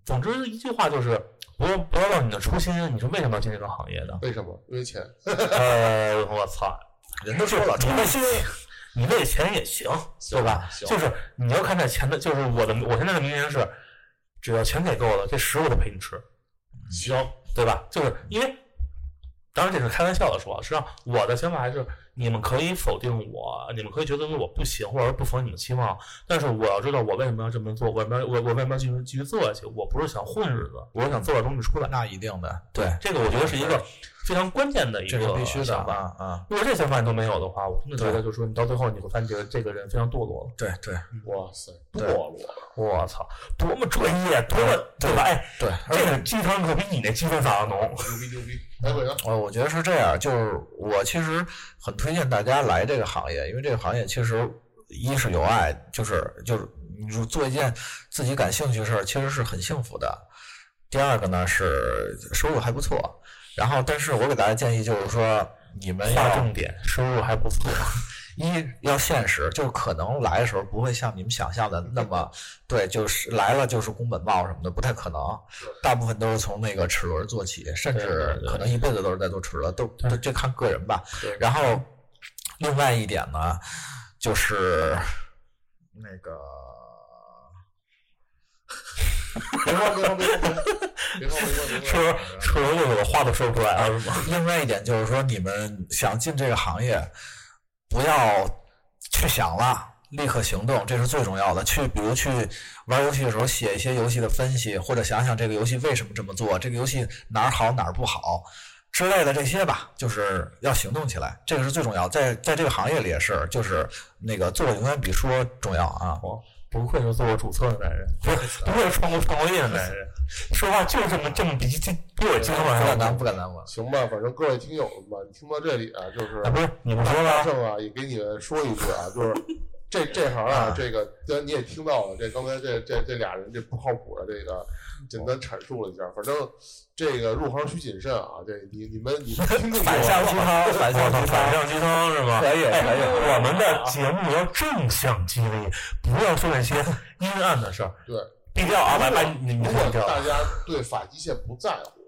Speaker 3: 总之一句话就是不要不要忘你的初心，你是为什么要进这个行业的
Speaker 1: 为什么？因为钱。
Speaker 3: 呃，我操，
Speaker 2: 人都 说了，除非心。
Speaker 3: 你为钱也行，对吧？
Speaker 1: 行
Speaker 3: 就是你要看在钱的，就是我的，我现在的名言是，只要钱给够了，这食物都陪你吃，
Speaker 1: 行，
Speaker 3: 对吧？就是因为，当然这是开玩笑的说啊，实际上我的想法还是，你们可以否定我，你们可以觉得我不行，或者不符合你们期望，但是我要知道我为什么要这么做，我为什么要我我为什么要继续继续做下去？我不是想混日子，我是想做点东西出来。
Speaker 2: 那一定的，对，
Speaker 3: 这个我觉得是一个非常关键的一
Speaker 2: 这是必须的
Speaker 3: 想法。
Speaker 2: 啊啊！
Speaker 3: 如果这想法你都没有的话，我真的觉
Speaker 2: 对
Speaker 3: 得就是说，你到最后你会发现这个这个人非常堕落了。
Speaker 2: 对对
Speaker 1: 嗯哇塞，堕
Speaker 2: 对
Speaker 1: 落。
Speaker 3: 我操，多么专业，多么对吧？哎，
Speaker 2: 对，而
Speaker 3: 这
Speaker 2: 且
Speaker 3: 个鸡汤可比你那鸡汤咋的浓。
Speaker 1: 牛逼牛逼！来回呢？
Speaker 2: 我呃我觉得是这样，就是我其实很推荐大家来这个行业，因为这个行业其实一是有爱，就是就是你就做一件自己感兴趣的事儿，其实是很幸福的。第二个呢是收入还不错，然后但是我给大家建议就是说，你们
Speaker 3: 划
Speaker 2: 要
Speaker 3: 重点，收入还不错。
Speaker 2: 一
Speaker 3: 嗯
Speaker 2: 要现实，就是可能来的时候不会像你们想象的那么
Speaker 3: 嗯
Speaker 2: 对，就是来了就是宫本茂什么的，不太可能。大部分都是从那个齿轮做起，甚
Speaker 3: 对对
Speaker 2: 至
Speaker 3: 对
Speaker 2: 可能一辈子都是在做齿轮，都都这看个人吧
Speaker 3: 对。
Speaker 2: 然后另外一点呢，就是那个
Speaker 1: 别慌别慌别慌别慌别慌 别慌！
Speaker 3: 是不是？说了我话都说不出来了，是吗？
Speaker 2: 另外一点就是说，你们想进这个行业，不要去想了，立刻行动，这是最重要的。去，比如去玩游戏的时候，写一些游戏的分析，或者想想这个游戏为什么这么做，这个游戏哪儿好哪儿不好之类的这些吧，就是要行动起来，这个是最重要。在在这个行业里也是，就是那个做永远比说重要啊。
Speaker 3: 不愧是做过主策的男人，不是不愧是创过创过业的男人，说话就这么这么比鸡比我鸡汤
Speaker 2: 不
Speaker 3: 还
Speaker 2: 敢
Speaker 3: 要
Speaker 2: 当，
Speaker 3: 浓。
Speaker 2: 不敢当我。
Speaker 1: 行吧，反正各位听友们吧，你听到这里啊，就是
Speaker 3: 啊，不是你不说
Speaker 1: 大
Speaker 3: 了，
Speaker 1: 圣啊，也给你们说一句 啊，就是这这行啊
Speaker 2: 啊，
Speaker 1: 这个这你也听到了，这刚才这这这俩人这不靠谱的这个，简单阐述了一下，反正这个入行需谨慎啊，这你你们你们听众
Speaker 2: 反向鸡汤，
Speaker 3: 我
Speaker 2: 反向
Speaker 3: 操，
Speaker 2: 鸡汤
Speaker 3: 反。向鸡汤是吧？
Speaker 2: 可以
Speaker 3: 哎
Speaker 2: 可以
Speaker 3: 我们的节目要正向激励，不要说那些阴暗的事儿。
Speaker 1: 对，
Speaker 3: 低调啊，把把你你
Speaker 1: 如
Speaker 3: 们
Speaker 1: 果
Speaker 3: 低调。
Speaker 1: 大家对发际线不在乎，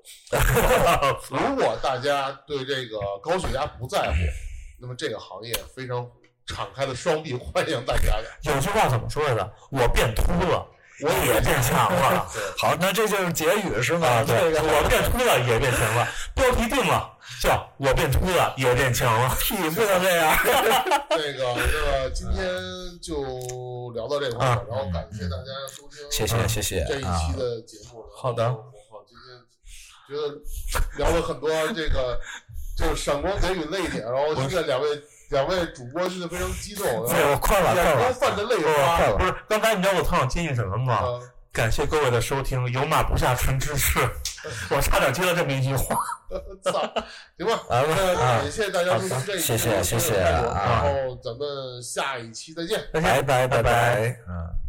Speaker 1: 如果大家对这个高血压不在乎，那么这个行业非常敞开的双臂欢迎大家的。
Speaker 3: 有句话怎么说来着？我变秃了，我也变强了。
Speaker 2: 好，啊那这就是结语是吗？
Speaker 3: 啊，对，
Speaker 2: 这个
Speaker 3: 我变秃了也变强了，标题定了，叫我变秃了也变强 了。
Speaker 2: 屁不能这样。
Speaker 1: 那个，那么今天就聊到这块儿，
Speaker 3: 啊
Speaker 1: 然后感谢大家收听
Speaker 2: 谢谢谢谢
Speaker 1: 嗯这一
Speaker 2: 啊
Speaker 1: 期！的节目。然后
Speaker 3: 好的
Speaker 1: 我靠，今天觉得聊了很多这个就是闪光给予泪点，然后现在两位两位主播现在非常激动，
Speaker 2: 对，
Speaker 1: 然
Speaker 2: 我困
Speaker 1: 后
Speaker 2: 了
Speaker 1: 眼
Speaker 2: 困
Speaker 1: 光
Speaker 2: 了
Speaker 1: 泛着泪
Speaker 2: 快
Speaker 1: 花。
Speaker 2: 了
Speaker 3: 不是，刚才你知道我特想建议什么吗？
Speaker 1: 啊，
Speaker 3: 感谢各位的收听，有马不下纯之事， 我差点接了这么一句话。
Speaker 1: 操，行吧。
Speaker 2: 啊
Speaker 1: 那
Speaker 2: 啊
Speaker 1: 也！谢谢大家收听这一期
Speaker 2: 谢谢
Speaker 1: 的
Speaker 2: 谢谢
Speaker 1: 内容然
Speaker 2: 啊
Speaker 1: 后咱们下一期再见。
Speaker 2: 拜拜拜拜，嗯。